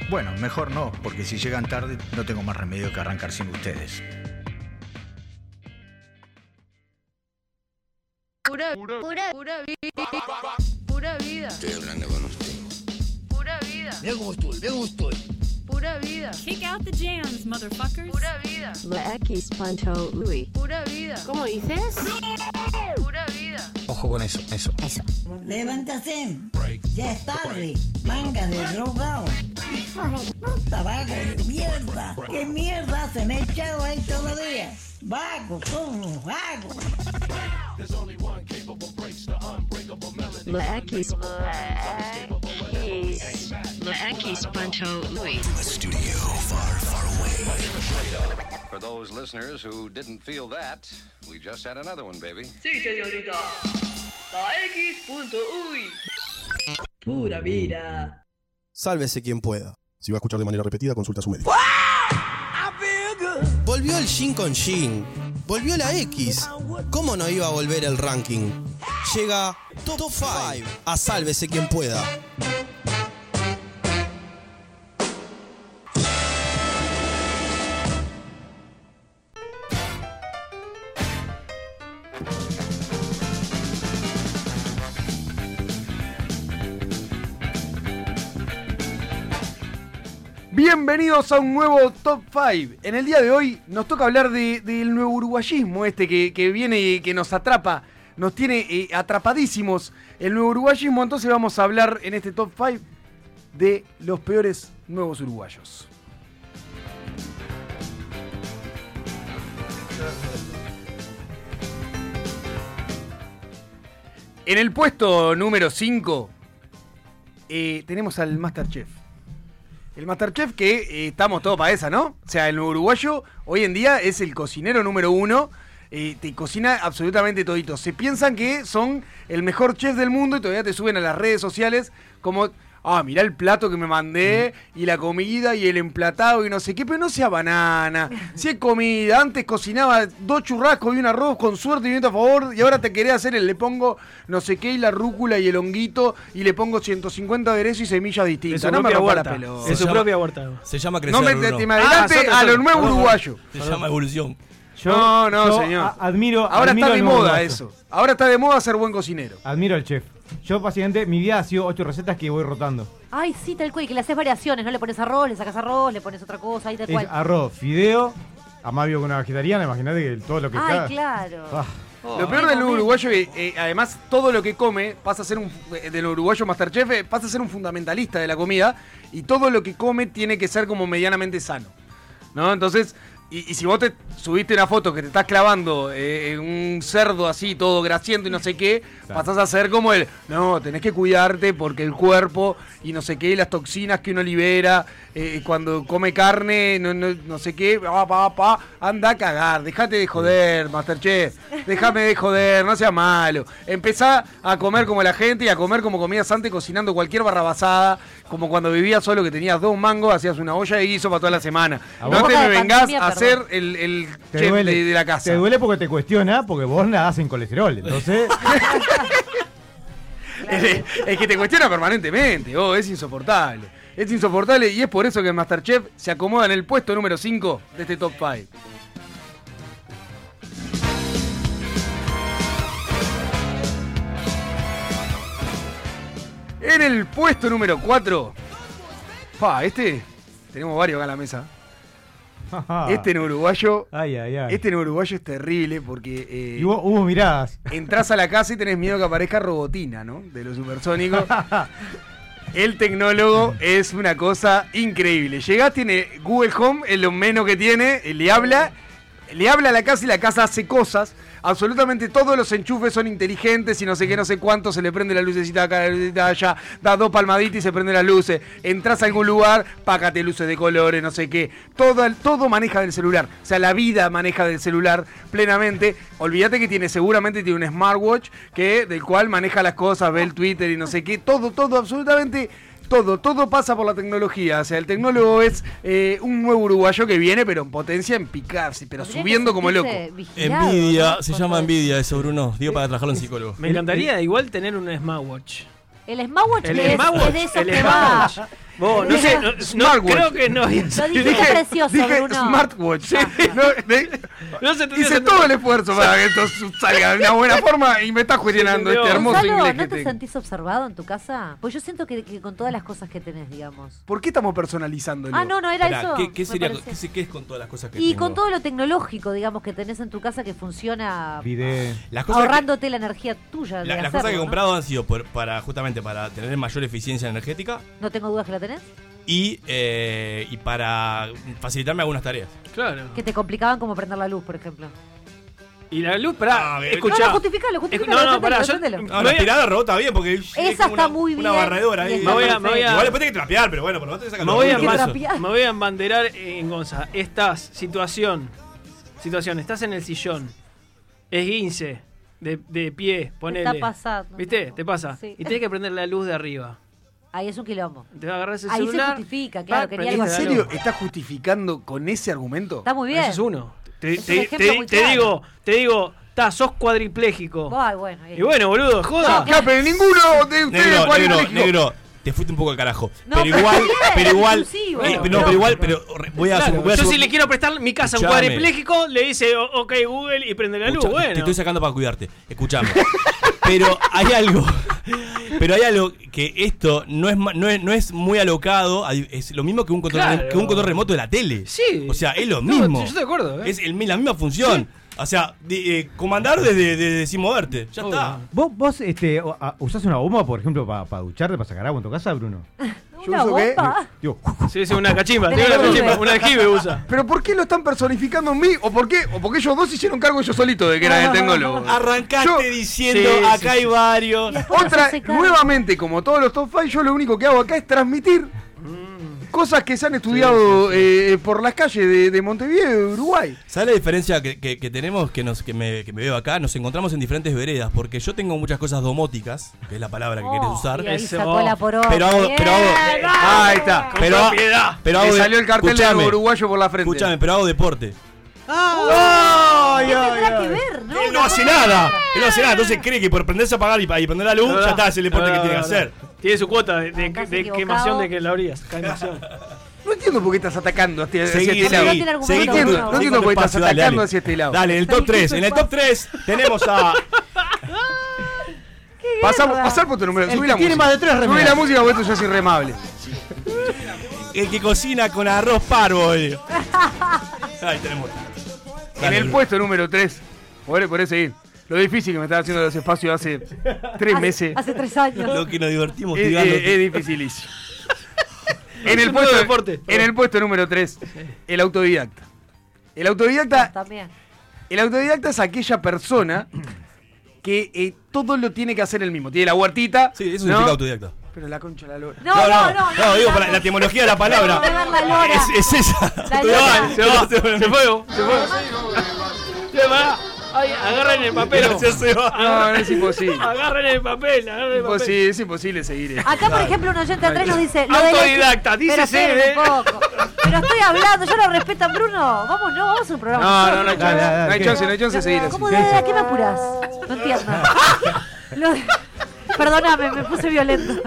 Bueno, mejor no, porque si llegan tarde no tengo más remedio que arrancar sin ustedes. Pura, pura, pura vida. Pura vida. Estoy hablando con usted. Pura vida. Me gustó, me gustó. Pura vida. Kick out the jams, motherfuckers. Pura vida. La X Panto Louis. Pura vida. ¿Cómo dices? Pura vida. Ojo con eso, eso. Eso. Levántate. Ya es tarde. Manga de drogado. Puta vago de mierda. ¿Qué mierda se me ha echado ahí todavía? Vago, como vago. La X. La X Panto Louis. For those listeners who didn't feel that, we just had another one, baby. Sí, señorita. La X.uy. Pura vida. Sálvese quien pueda. Si va a escuchar de manera repetida, consulta a su médico. Ah, Volvió el Shin con Shin. Volvió la X. ¿Cómo no iba a volver el ranking? Llega Top 5 a Sálvese quien pueda. Bienvenidos a un nuevo Top 5. En el día de hoy nos toca hablar de- del nuevo uruguayismo este que, que viene y que nos atrapa, nos tiene eh, atrapadísimos el nuevo uruguayismo, entonces vamos a hablar en este Top 5 de los peores nuevos uruguayos. En el puesto número 5 tenemos al Masterchef. El Masterchef que eh, estamos todos para esa, ¿no? O sea, el uruguayo hoy en día es el cocinero número uno. eh, te cocina absolutamente todito. Se piensan que son el mejor chef del mundo y todavía te suben a las redes sociales como, ah, mirá el plato que me mandé y la comida y el emplatado y no sé qué, pero no sea banana. Si es comida, antes cocinaba dos churrascos y un arroz con suerte y viento a favor y ahora te querés hacer el, le pongo no sé qué y la rúcula y el honguito y le pongo 150 aderezos y semillas distintas. no me rompa la pelota. Se llama- huerta. Ah, Se llama crecer. No me, te, Bruno. te me adelante a lo nuevo uruguayo. Se llama evolución. no, no, señor. a- Admiro. Ahora admiro está de al moda nuevo uruguayo. eso. Ahora está de moda ser buen cocinero. Admiro al chef. Yo, básicamente, mi vida ha sido ocho recetas que voy rotando: Ay, sí, tal cual, que le haces variaciones, ¿no? Le pones arroz, le sacas arroz, le pones otra cosa, ahí tal Es cual. arroz, fideo. Amás vivo con una vegetariana, imagínate que todo lo que Ay, está- claro. Ah. Lo peor del uruguayo es que, eh, además, todo lo que come pasa a ser un. eh, del uruguayo Masterchef eh, pasa a ser un fundamentalista de la comida y todo lo que come tiene que ser como medianamente sano. ¿No? Entonces. Y, y si vos te subiste una foto que te estás clavando eh, un cerdo así, todo grasiento y no sé qué, pasás a ser como el, no, tenés que cuidarte porque el cuerpo y no sé qué, las toxinas que uno libera, eh, cuando come carne, no, no- no sé qué, pa, pa, pa, anda a cagar, dejate de joder, Masterchef, déjame de joder, no sea malo. Empezá a comer como la gente y a comer como comías antes cocinando cualquier barrabasada, como cuando vivías solo que tenías dos mangos, hacías una olla de guiso para toda la semana. No vos? te me vengas Pandemia, a perdón. hacer el, el Te chef duele. de, de la casa. Te duele porque te cuestiona, porque vos nadás en colesterol. Entonces, Es, es que te cuestiona permanentemente, oh, es insoportable. Es insoportable y es por eso que Masterchef se acomoda en el puesto número 5 de este top 5. En el puesto número 4. Pa, este. Tenemos varios acá en la mesa. Ah. Este en uruguayo. Ay, ay, ay. Este en uruguayo es terrible porque. eh, Y hubo, hubo miradas. Entrás a la casa y tenés miedo que aparezca Robotina, ¿no? De los supersónicos. El tecnólogo es una cosa increíble. Llegás, tiene Google Home, es lo menos que tiene, le habla, le habla a la casa y la casa hace cosas. Absolutamente todos los enchufes son inteligentes y no sé qué, no sé cuánto. Se le prende la lucecita acá, la lucecita allá. Da dos palmaditas y se prende las luces. Entras a algún lugar, págate luces de colores, no sé qué. Todo, el- todo maneja del celular. O sea, la vida maneja del celular plenamente. Olvídate que tiene, seguramente tiene un smartwatch que, del cual maneja las cosas, ve el Twitter y no sé qué. Todo, todo, absolutamente todo, todo pasa por la tecnología. O sea, el tecnólogo es eh, un nuevo uruguayo que viene, pero en potencia, en picarse, pero Tendría subiendo que como loco. sentirse Envidia, se llama envidia eso, Bruno. Digo para trabajarlo en psicólogo. Me encantaría igual tener un smartwatch. El smartwatch El es, smartwatch, es de esos el que va. smartwatch. Vos, no sé, Ah. no- no, Smartwatch. creo que no. Lo dijiste Dije- precioso, dije Bruno. Smartwatch. sí. No, de- hice todo el esfuerzo para que esto salga de una buena forma y me está cuestionando este hermoso Gonzalo, inglés que ¿no te tengo. sentís observado en tu casa? Pues yo siento que, que con todas las cosas que tenés, digamos. ¿Por qué estamos personalizándolo? Ah, no, no, era Pará, eso, ¿Qué, qué me sería, parece. qué, se- qué es con todas las cosas que Y tengo? con todo lo tecnológico, digamos, que tenés en tu casa que funciona Las cosas que- ahorrándote la energía tuya. de La- las hacerlo, cosas que he ¿no? comprado han sido por- para justamente para tener mayor eficiencia energética No tengo dudas que la tenés. y, eh, y para facilitarme algunas tareas. Claro. Que te complicaban como prender la luz, por ejemplo. Y la luz, pará, No, escuchá. no, justificalo, justificalo. no, no, defendelo, pará, yo- defendelo. Ah, No, la aspiradora rebota bien porque es Esa como una, está muy una bien barredora y ahí. está Me voy a- perfecta. me voy a- Igual después tenés que trapear, pero bueno, por lo menos te saca Me los voy, a mocos, emban- eso. me voy a embanderar en Gonza. Estás, situación. Situación, estás en el sillón. Es guince. De, de pie, ponele. está pasando. ¿Viste? Te pasa. Sí. Y tenés que prender la luz de arriba. Ahí es un quilombo. Te va a agarrar ese Ahí se celular. justifica, claro, pa, quería prendiste algo ¿En la serio luz. estás justificando con ese argumento? Está muy bien. Ese es uno. Te, Es un te- ejemplo te- muy te claro. digo, te digo, ta, sos cuadripléjico. Ay, bueno. eh. Y bueno, boludo, joda. No, claro, pero ninguno de Negro, negro, negro, te fuiste un poco al carajo. No, pero pero igual, está bien, pero igual, inclusivo. eh, Bueno, no, pero- pero igual, pero re- voy a, Claro, sub- voy a yo sub- si le quiero prestar mi casa a un Escuchame. cuadripléjico, le dice, "O- ok Google, y prende la luz. Escucha- bueno. Te estoy sacando para cuidarte. Escuchame. pero hay algo. Pero hay algo que esto no es, ma- no es, no es muy alocado. a- Es lo mismo que un, control, Claro. que un control remoto de la tele. Sí. O sea, es lo No, mismo. yo estoy de acuerdo, eh. Es el mi- la misma función. O sea, de- eh, comandar desde, desde sin moverte. Ya está. ¿Vos, vos este, o- a- usás una bomba, por ejemplo, para ducharte, para sacar agua en tu casa, Bruno? Una bomba. Digo, Sí, sí, una cachimba, De sí, la una nube. cachimba, una aljibe usa. ¿Pero por qué lo están personificando en mí? ¿O por qué? ¿O porque ellos dos se hicieron cargo ellos solitos de que era el tecnólogo? Ah, Arrancaste diciendo, Sí, sí, acá sí. hay varios. Otra, nuevamente, como todos los top 5, yo lo único que hago acá es transmitir Mm. cosas que se han estudiado eh, por las calles de, de Montevideo, de Uruguay. ¿Sabes la diferencia que, que- que tenemos, que, nos, que, me, que me veo acá? Nos encontramos en diferentes veredas, porque yo tengo muchas cosas domóticas, que es la palabra que querés usar. y ahí Eso. sacó la poronga. Pero hago, pero hago, Bien, Ahí está. pero, Con ha- propiedad. pero Le hago de- salió el cartel de escuchame, uruguayo por la frente. Escuchame, pero hago deporte. ¡Ay, ¿Qué tendrá que ver, no? Eh, Él no hace nada, él no hace nada, entonces cree que por prenderse a apagar y, y prender la luz, ya está, es el deporte No, que no, tiene que no, hacer. no. Tiene su cuota de, de- Estás de equivocado. quemación de que la orillas. Quemación. No entiendo por qué estás atacando hacia, hacia Seguí, este seguí, seguí con lado. no tu- entiendo, no seguí entiendo con por tu qué estás espacio, dale, atacando dale. hacia este lado. Dale, en el top 3, en el top 3 tenemos a... Pasamos, pasar por tu número. El que Subí la tiene música. más de tres Subí remeras. la música porque esto ya es irremable. El que cocina con arroz parvol. Ahí tenemos. Dale, en el Bruno. puesto número 3. Poder, podés seguir. Lo difícil que me estaba haciendo los espacios hace tres Hace- meses. Hace tres años. Lo que nos divertimos Es, tirando. es- es dificilísimo. en, el un nuevo puesto, deporte. en el puesto número 3, el autodidacta. El autodidacta También. El autodidacta es aquella persona que eh, todo lo tiene que hacer el mismo. Tiene la huertita. Sí, eso ¿no? significa autodidacta. Pero la concha de la lora. No, no, no. No, digo, para la etimología de la palabra. Vamos a ver la lora. Es, es esa. La lora. Se va, se va, se fue. Se fue. Se va. Ay, agarren el papel. Gracias, se va. No, no es imposible. Agarren el papel, agarren el papel. Imposible, es imposible seguir. esto. Acá, por ejemplo, un oyente Andrés nos dice. lo del Autodidacta, ¿eh? equi- Pero dícese esperen de- un poco. Pero estoy hablando, yo lo respetan, Bruno. Vamos, no, vamos a un programa. No, no, nosotros. no hay chance. Dale, dale, No hay ¿qué? chance, no hay chance de seguir así. ¿Cómo de a qué me apuras? No entiendo. Lo de- Perdóname, me puse violento.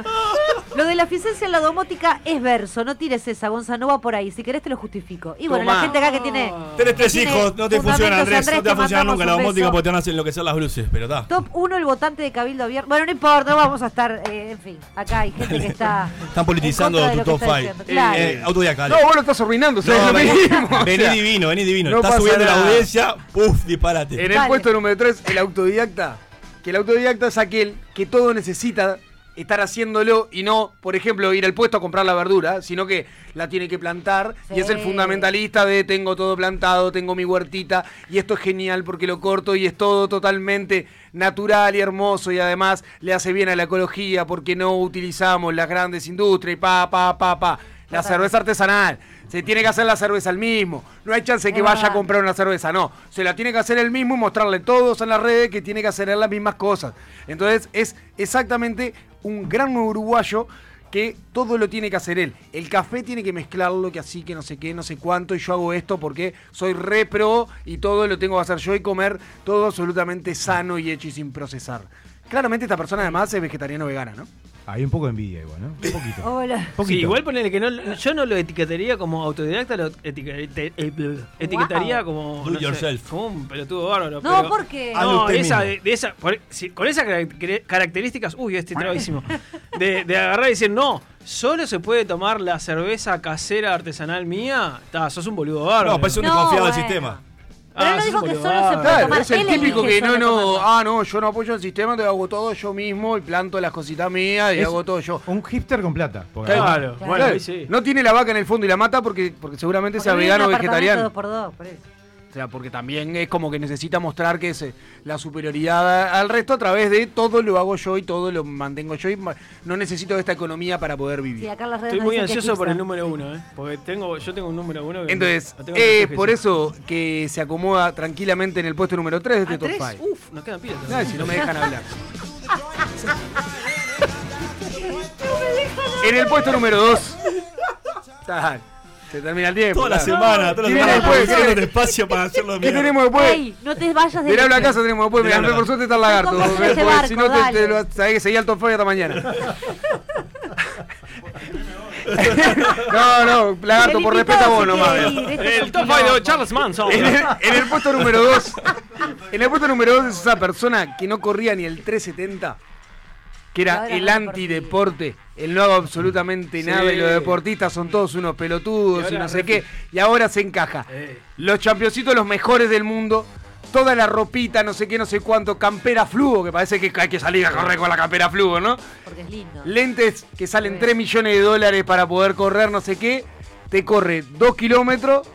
Lo de la eficiencia en la domótica es verso, no tires esa, Gonza, no va por ahí. Si querés te lo justifico. Y bueno, Tomá. la gente acá que tiene. Tenés tres tiene hijos, no te fundamentos, funciona, Andrés. No te va a funcionar mandamos nunca la un domótica beso. porque te van a hacer enloquecer las bruces, pero está. Top 1, el votante de Cabildo Abierto. Bueno, no importa, vamos a estar, eh, en fin, acá hay gente que está. Están politizando En contra de tu top lo que está 5. diciendo, claro. autodidacta, No, dale. vos lo estás arruinando, No, ¿sabes? lo vení, mismo, o vení sea. divino, vení divino. no Estás pasa subiendo la nada. audiencia, puf, disparate. En el puesto número 3, el autodidacta. Que el autodidacta es aquel que todo necesita estar haciéndolo y no, por ejemplo, ir al puesto a comprar la verdura, sino que la tiene que plantar y es el Sí. fundamentalista de tengo todo plantado, tengo mi huertita y esto es genial porque lo corto y es todo totalmente natural y hermoso y además le hace bien a la ecología porque no utilizamos las grandes industrias y pa, pa, pa, pa. La Total. cerveza artesanal. Se tiene que hacer la cerveza el mismo. No hay chance que Es vaya a verdad. comprar una cerveza, no. Se la tiene que hacer el mismo y mostrarle a todos en las redes que tiene que hacer él las mismas cosas. Entonces es exactamente un gran uruguayo que todo lo tiene que hacer él. El café tiene que mezclarlo, que así, que no sé qué, no sé cuánto, y yo hago esto porque soy re pro y todo lo tengo que hacer yo y comer todo absolutamente sano y hecho y sin procesar. Claramente esta persona además es vegetariano o vegana, ¿no? Hay un poco de envidia igual, ¿no? Un poquito. Sí, Poquito. igual ponele que no, yo no lo etiquetaría como autodidacta, lo etiquete- eh, bl- etiquetaría como. Do no sé, yourself. como un pelotudo bárbaro. No, pero- ¿por qué? Hazlo No, usted esa, mismo. de, de esa, por- si- con esas carac- características. Uy, este trabísimo. De, de agarrar y decir, no, solo se puede tomar la cerveza casera artesanal mía. Ta, sos un boludo bárbaro. No, parece un No, desconfiado del bueno. sistema. Ah, Pero él no sos dijo un que boludo solo se bárbaro. puede Claro, tomar. es el él elige típico que no, solo no, tomarlo. ah, no, yo no apoyo el sistema, te hago todo yo mismo y planto las cositas mías y Es hago todo yo. Un hipster con plata. porque- Claro, bueno, Claro. No tiene la vaca en el fondo y la mata porque, porque seguramente sea Porque vive en vegano o un apartamento vegetariano. dos por dos, por eso. O sea, porque también es como que necesita mostrar que es eh, la superioridad a- al resto a través de todo lo hago yo y todo lo mantengo yo y ma- no necesito de esta economía para poder vivir. Sí, acá en las redes Estoy nos muy dicen que ansioso por el hipster. número uno, ¿eh? Porque tengo, yo tengo un número uno. que Entonces, lo tengo en es eh, el por jefe. eso que se acomoda tranquilamente en el puesto número 3 de Ah, este tres. top 5. Uf, nos quedan pilas. Ay, si no me dejan hablar. En el puesto número 2. Se termina el tiempo. Toda la claro. semana, toda la ¿Qué viene semana. después? ¿Qué haciendo viene un espacio para hacerlo de ¿Qué mierda. tenemos después? Ey, no te vayas de Mirá la noche. casa tenemos después, mirá, Mirá, por suerte está el lagarto. Ay, cómprate porque ese después, si no, barco, te, te dale. lo, sabés que seguí al top five hasta mañana. no, no, lagarto, El por invitado respeto a vos se nomás. quiere ir, este El es un top five de quilombo. Charles Manson. En este el, en el puesto número 2. En el puesto número 2 es esa persona que no corría ni el 370. Que Y era ahora el no antideporte. El no hago absolutamente Sí. nada. Y los deportistas son todos unos Y pelotudos y ahora no sé refi- qué. Y ahora se encaja. Los championcitos, los mejores del mundo. Toda la ropita, no sé qué, no sé cuánto. Campera fluo, que parece que hay que salir a correr con la campera fluo, ¿no? Porque es lindo. Lentes que salen 3 millones de dólares para poder correr, no sé qué. Te corre 2 kilómetros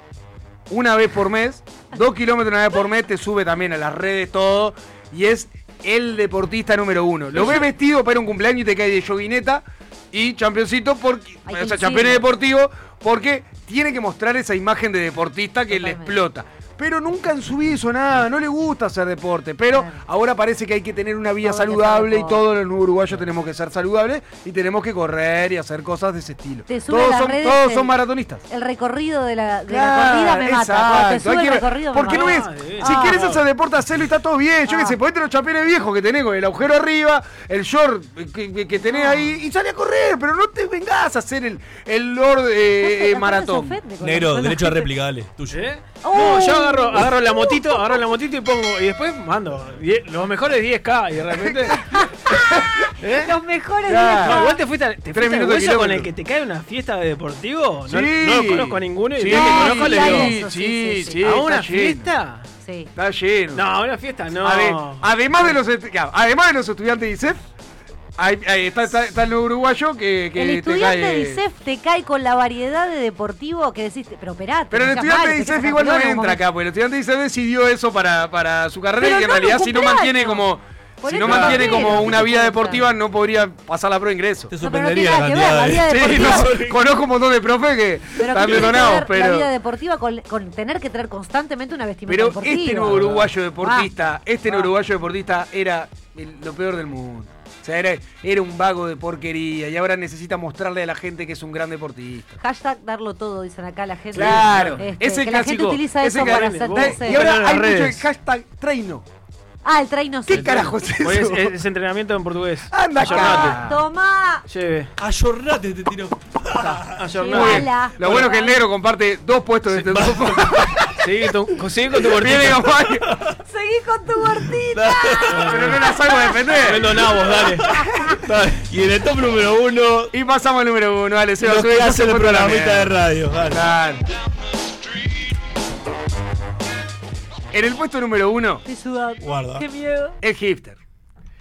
una vez por mes. 2 kilómetros una vez por mes. Te sube también a las redes, todo. Y es el deportista número uno. Lo ves vestido para ir a un cumpleaños y te cae de joguineta y campeoncito, porque, Ay, o qué sea, lindo. campeones deportivos, porque tiene que mostrar esa imagen de deportista que le explota. Pero nunca en su vida hizo nada, no le gusta hacer deporte. Pero ahora parece que hay que tener una vida Todo hay que hacer saludable y deporte. todos los uruguayos tenemos que ser saludables y tenemos que correr y hacer cosas de ese estilo. Te sube a Todos las son, redes todos el- son maratonistas. El recorrido de la, de Claro, la corrida me mata. Cuando exacto, te hay sube que el ver- recorrido me Porque no es. mata. Si Ah, quieres hacer deporte, hacelo y está todo bien. Yo qué sé, ponete los chapeles viejos que tenés con el agujero arriba, el short que, que- que tenés Ah. ahí y salí a correr, pero no te vengas a hacer el, el Lord eh, eh, Maratón. Negro, derecho a réplica, dale, Eh, tuyo. No, yo agarro, agarro la motito, agarro la motito y pongo. Y después mando die- los mejores 10K y de repente. ¿Eh? Los mejores Claro. No, igual te fuiste, al- te Tres fuiste al minutos de hueso con kilómetro. el que te cae una fiesta de deportivo. No, Sí. no lo conozco a ninguno y Sí, el que conozco sí, le digo. sí, sí, sí, ¿A está una lleno. fiesta? Sí. Está lleno. No, a una fiesta no. Ade- además, de los, estu- claro, además de los estudiantes de ISEF, ahí, ahí está, está- está el uruguayo que, que el te estudiante cae- de ISEF te cae con la variedad de deportivo que decís, pero operate. Pero el seas estudiante malo, de tenés que ISEF ser igual no campeón en algún entra acá, porque el estudiante de ISEF decidió eso para, para su carrera Pero y que en no es realidad un si no mantiene como. Por Si no eso no mantiene quiero, como ¿qué una te vida cuesta? deportiva, no podría pasar la prueba de ingreso. Te pero no tiene sorprendería la nada que ver, cantidad la de- vida deportiva- conozco un montón de profes que Pero que están tiene que detonados, ver La vida pero. deportiva con, con tener que tener constantemente una vestimenta Pero deportiva. este nuevo Ah. uruguayo deportista, este nuevo uruguayo deportista era el- lo peor del mundo. O sea, era, era un vago de porquería y ahora necesita mostrarle a la gente que es un gran deportista. Ah, Hashtag darlo todo, dicen acá la gente. Claro, Este, ese que la gente clásico. utiliza ese eso que- para Dale, hacer vos. cosas. Y ahora hay Pero en las mucho el redes. hashtag traino. Ah, el traino ¿Qué carajo es Pues eso? es, es entrenamiento en portugués. Anda Ayornate. Tomá. Lleve. Ayornate te tiró. Ayornate. Muy bien. Ah. Lo bueno es que el negro comparte dos puestos de este grupo. Sigue tu- consigue con tu cortina. Viene Gamayo, Seguí con tu gordita. pero no la salgo a defender. Tremendo nabos, dale. Y en el top número uno. Y pasamos al número uno, dale, se va Los que hacen el programita de radio. En el puesto número uno, Estoy sudando. Guarda. Qué miedo. el hipster.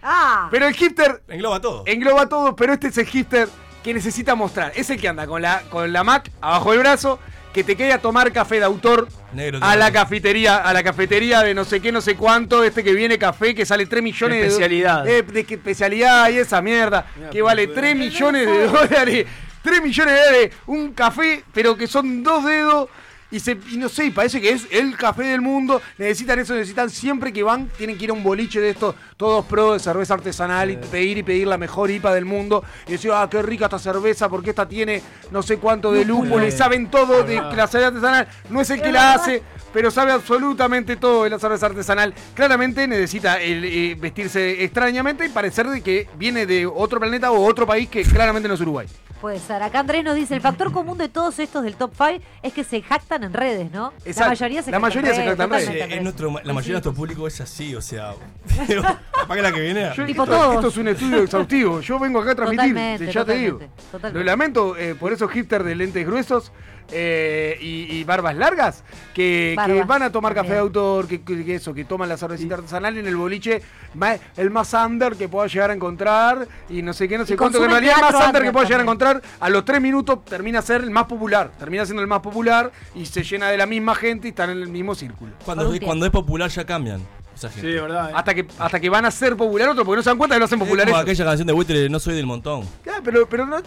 Ah. Pero el hipster. Engloba todo. Engloba todo, pero este es el hipster que necesita mostrar. Es el que anda con la, con la Mac abajo del brazo, que te queda a tomar café de autor Negro, a tío. la cafetería, a la cafetería de no sé qué, no sé cuánto, este que viene café que sale 3 millones de especialidad. De, de que especialidad y esa mierda, que vale 3 millones de dólares, 3 millones de dólares, un café, pero que son dos dedos. Y, se, y no sé, y parece que es el café del mundo. Necesitan eso, necesitan siempre que van, tienen que ir a un boliche de estos, todos pro de cerveza artesanal y pedir y pedir la mejor IPA del mundo. Y decir, ah, qué rica esta cerveza, porque esta tiene no sé cuánto de Lúpulo. lúpulo, y saben todo de la cerveza artesanal. No es el que la hace, pero sabe absolutamente todo de la cerveza artesanal. Claramente necesita el, eh, vestirse extrañamente y parecer de que viene de otro planeta o otro país que claramente no es Uruguay. Puede ser. Acá Andrés nos dice, el factor común de todos estos del top 5 es que se jactan en redes, ¿no? La Exacto. mayoría se La jactan mayoría en se redes. jactan en redes. totalmente en Eh, es redes. nuestro- la mayoría de nuestro público es así, o sea. ¿Para la que viene? Yo- esto, esto es un estudio exhaustivo. Yo vengo acá a transmitir, Totalmente, ya te digo. totalmente, Lo totalmente. lamento eh, por esos hipsters de lentes gruesos eh, y, y barbas largas que, que Barbas, van a tomar café de también. autor, que, que- que eso, que toman la cervecita artesanal en el boliche, ma- el más under que pueda llegar a encontrar y no sé qué, no sé Y cuánto. Que en consumen realidad el más teatro under que under pueda llegar a también. encontrar, a los tres minutos termina ser el más popular. Termina siendo el más popular y se llena de la misma gente y están en el mismo círculo. Cuando, es- cuando es popular ya cambian. Esa gente. verdad. Hasta, que, hasta que van a ser popular otro, porque no se dan cuenta que lo hacen Es popular como ellos. aquella canción de Buitre, no soy del montón. Claro, pero, pero no,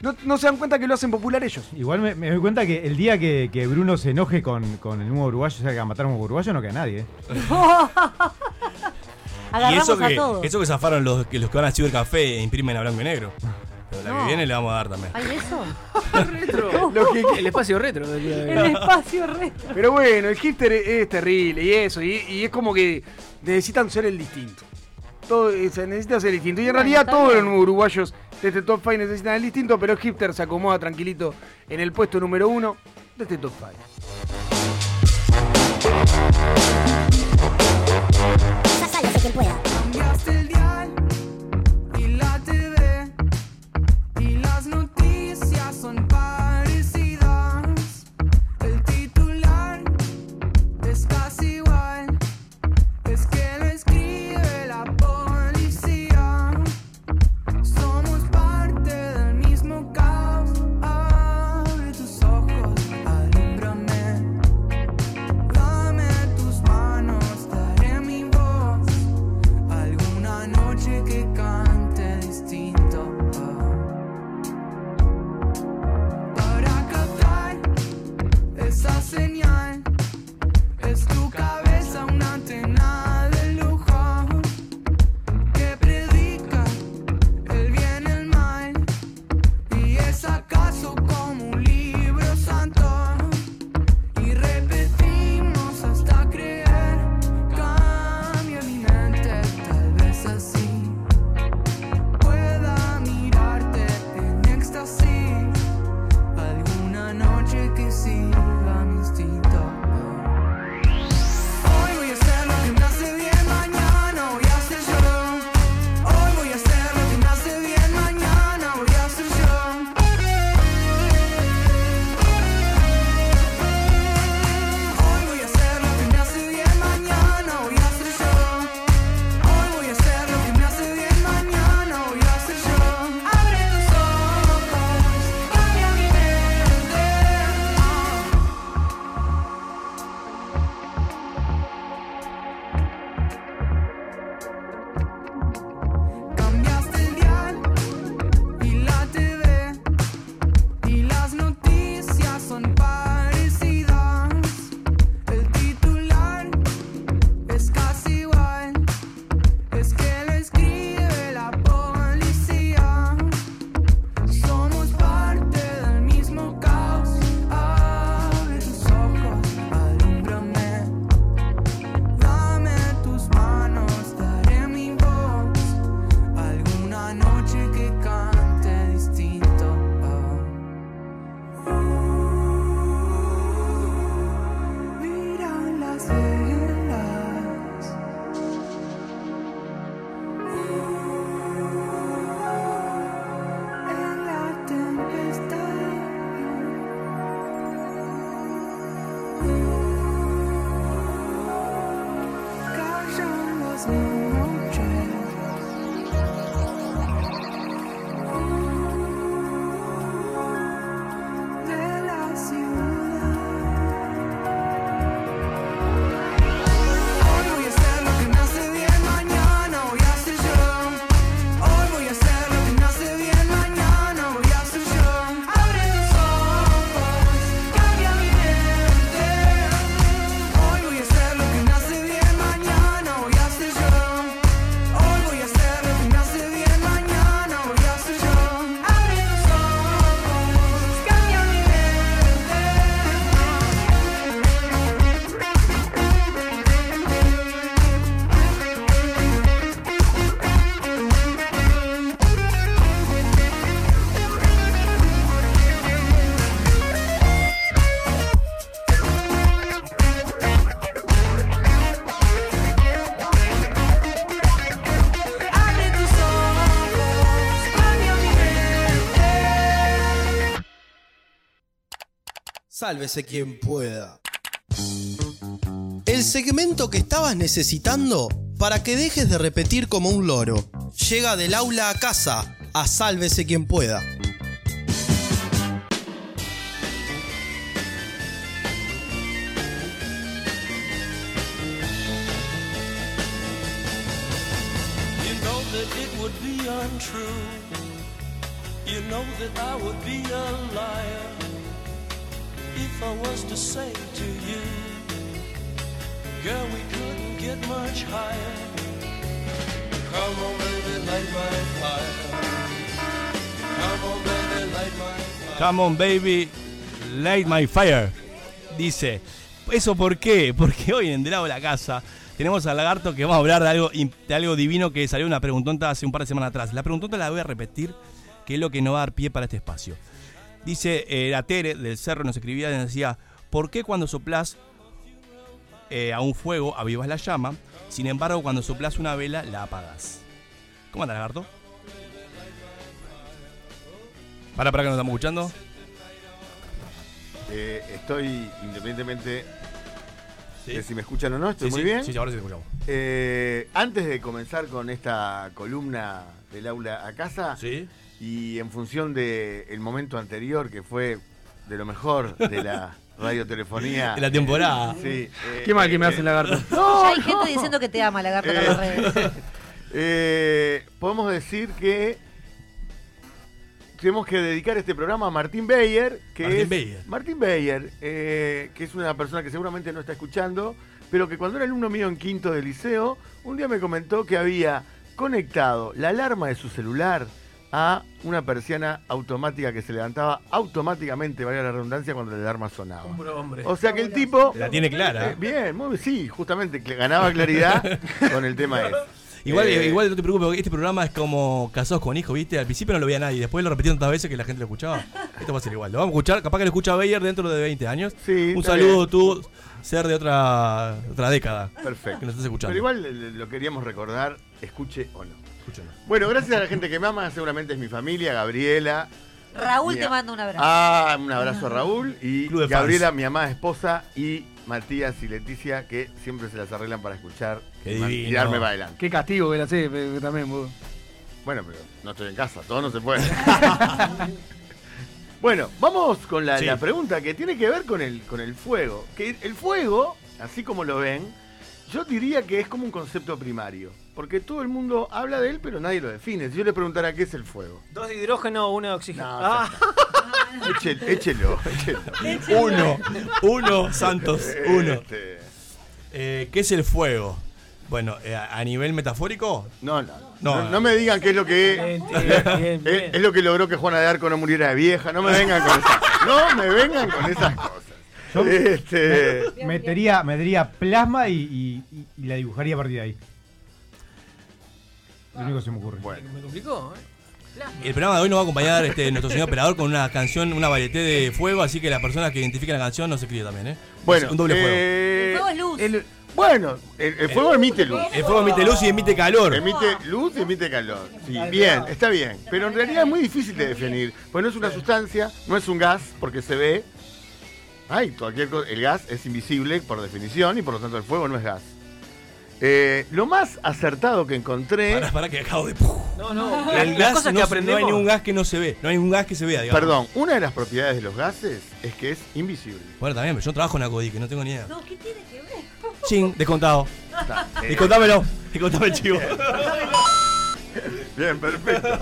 no, no se dan cuenta que lo hacen popular ellos. Igual me, me doy cuenta que el día que, que Bruno se enoje con, con el nuevo uruguayo, o sea, que a matar a un uruguayo, no queda nadie. ¿eh? y Agarramos eso a que, todos. eso que zafaron los que, los que van a Cibercafé e imprimen a blanco y negro. Pero la No. que viene le vamos a dar también. ¿Hay de eso? El espacio retro. del día de hoy. espacio reto. Pero bueno, el hipster es, es terrible y eso, y, y es como que necesitan ser el distinto. Todo, eh, se necesita ser distinto. Y en Bueno, realidad está todos bien. los uruguayos de este top 5 necesitan el distinto, pero el hipster se acomoda tranquilito en el puesto número uno de este top 5. Sálvese quien pueda. Cambiaste el dial y la TV y las noticias son parecidas. El titular es casi igual. Es que lo escribe la policía. Somos parte del mismo caos. Abre tus ojos, alumbrame. Dame tus manos, daré mi voz. Alguna noche que cante distinto. ah. Para captar esa señal, es tu cabeza una antena de lujo que predica el bien, el mal. Y es acaso como un libro santo. Y repetimos hasta creer. Cambia mi mente, tal vez así pueda mirarte en éxtasis. Alguna noche que siga mi instinto. Hoy voy a hacer lo que me hace bien, mañana voy a ser yo. Hoy voy a hacer lo que me hace bien, mañana voy a ser yo. Hoy voy a hacer lo que me hace bien, mañana voy a ser yo. Hoy voy a hacer lo que me hace bien, mañana voy a ser yo. Abre tus ojos, cambia mi mente. Cambiaste el dial y la TV y las noticias son parecidas. El titular es casi igual. Es que lo escribe la policía. Somos parte del mismo caos. Abre tus ojos, alumbrame. Dame tus manos, daré mi voz. Alguna noche que cante distinto. ah. Mira las velas. En la tempestad. Callan las noches. Sálvese quien pueda. El segmento que estabas necesitando para que dejes de repetir como un loro. Llega del aula a casa a Sálvese quien pueda. You know that it would be untrue. You know that I would be a liar if I was to say to you, Girl, we couldn't get much higher. Come on, baby, light my fire. Come on, baby, light my Come on, baby, light my fire. Dice, ¿eso por qué? Porque hoy en Del lado de la casa tenemos al lagarto que vamos a hablar de algo, im- de algo divino que salió una preguntonta hace un par de semanas atrás. La preguntonta la voy a repetir, que es lo que nos va a dar pie para este espacio. Dice eh, la Tere del Cerro, nos escribía y nos decía, ¿por qué cuando soplás eh, a un fuego avivas la llama? Sin embargo, cuando soplás una vela, la apagas. ¿Cómo anda, lagarto? Para, para que nos estamos escuchando. Eh, estoy, independientemente Sí. de si me escuchan o no, estoy Sí, muy sí, bien. sí, sí, ahora sí te escuchamos. Eh, antes de comenzar con esta columna del aula a casa, y en función del momento anterior, que fue de lo mejor de la radiotelefonía. De la temporada. Sí, eh, Qué mal que me hacen lagarto. ya hay gente diciendo que te ama, lagarto, por las redes. Eh, podemos decir que tenemos que dedicar este programa a Martín Beyer, que Martín es Beyer. Martín Beyer, eh, que es una persona que seguramente no está escuchando, pero que cuando era alumno mío en quinto de liceo, un día me comentó que había conectado la alarma de su celular a una persiana automática que se levantaba automáticamente, valga la redundancia, cuando la alarma sonaba. hombre. O sea que el tipo... La tiene clara. Eh, bien, muy, sí, justamente, que ganaba claridad con el tema ese. Igual, Eh, igual no te preocupes, porque este programa es como casados con hijos, ¿viste? Al principio no lo veía nadie, después lo repitieron tantas veces que la gente lo escuchaba. Esto va a ser igual. Lo vamos a escuchar, capaz que lo escucha Bayer dentro de 20 años. Un está saludo bien. tú, ser de otra, otra década. Perfecto. Que nos estás escuchando. Pero igual eh, lo queríamos recordar, escuche o no. Escuche o no. Bueno, gracias a la gente que me ama, seguramente es mi familia, Gabriela. Raúl mi te a- manda un abrazo. Ah, un abrazo a Raúl y Club de fans. Gabriela, mi amada esposa, y Matías y Leticia, que siempre se las arreglan para escuchar Qué y ma- y divino. darme para adelante. Qué castigo que la hace pe- que también, boludo. Bueno, pero no estoy en casa, todo no se puede. bueno, vamos con la, Sí. la pregunta que tiene que ver con el, con el fuego. Que el fuego, así como lo ven, yo diría que es como un concepto primario. Porque todo el mundo habla de él, pero nadie lo define. Si yo le preguntara qué es el fuego, Dos de hidrógeno, uno de oxígeno. Ah, échel- échelo, échelo. Uno, uno, Santos, uno. Este, Eh, ¿Qué es el fuego? Bueno, eh, a a nivel metafórico. No, no. No, no me digan qué es lo que es, Eh, es. es lo que logró que Juana de Arco no muriera de vieja. No me vengan con esas cosas. No me vengan con esas cosas. Yo Este, metería, metería plasma y, y- y- y la dibujaría a partir de ahí. Lo único que se me ocurre. ¿Me complicó? eh? El programa de hoy nos va a acompañar este, nuestro señor operador con una canción, una varieté de fuego, así que las personas que identifiquen la canción nos escriben también, ¿eh? Bueno, un doble fuego. eh, El fuego es luz. el- bueno, el, el fuego emite luz. El fuego emite luz y emite calor. Emite luz y emite calor. Sí, bien, está bien. Pero en realidad es muy difícil de definir. Pues no es una sustancia, no es un gas, porque se ve. Ay, cualquier co- El gas es invisible por definición y por lo tanto el fuego no es gas. Eh, lo más acertado que encontré. Pará, pará, que acabo de. No, no. El las gas cosas no, se- no que aprendemos. hay ningún gas que no se ve. No hay ningún gas que se vea, digamos. Perdón, una de las propiedades de los gases es que es invisible. Bueno, también, pero yo trabajo en Acodí, que no tengo ni idea. No, ¿qué tiene que ver? Ching, descontado. Está, eh, Descontámelo. Descontame el chivo. Bien, perfecto.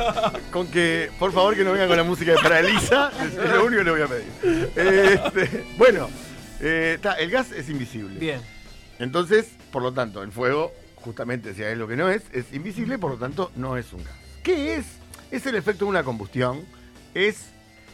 Con que, por favor, que no venga con la música de Paralisa, es lo único que le voy a pedir. Este, bueno, eh, está, el gas es invisible. Bien. Entonces, por lo tanto, el fuego, justamente si es lo que no es, es invisible, por lo tanto, no es un gas. ¿Qué es? Es el efecto de una combustión. Es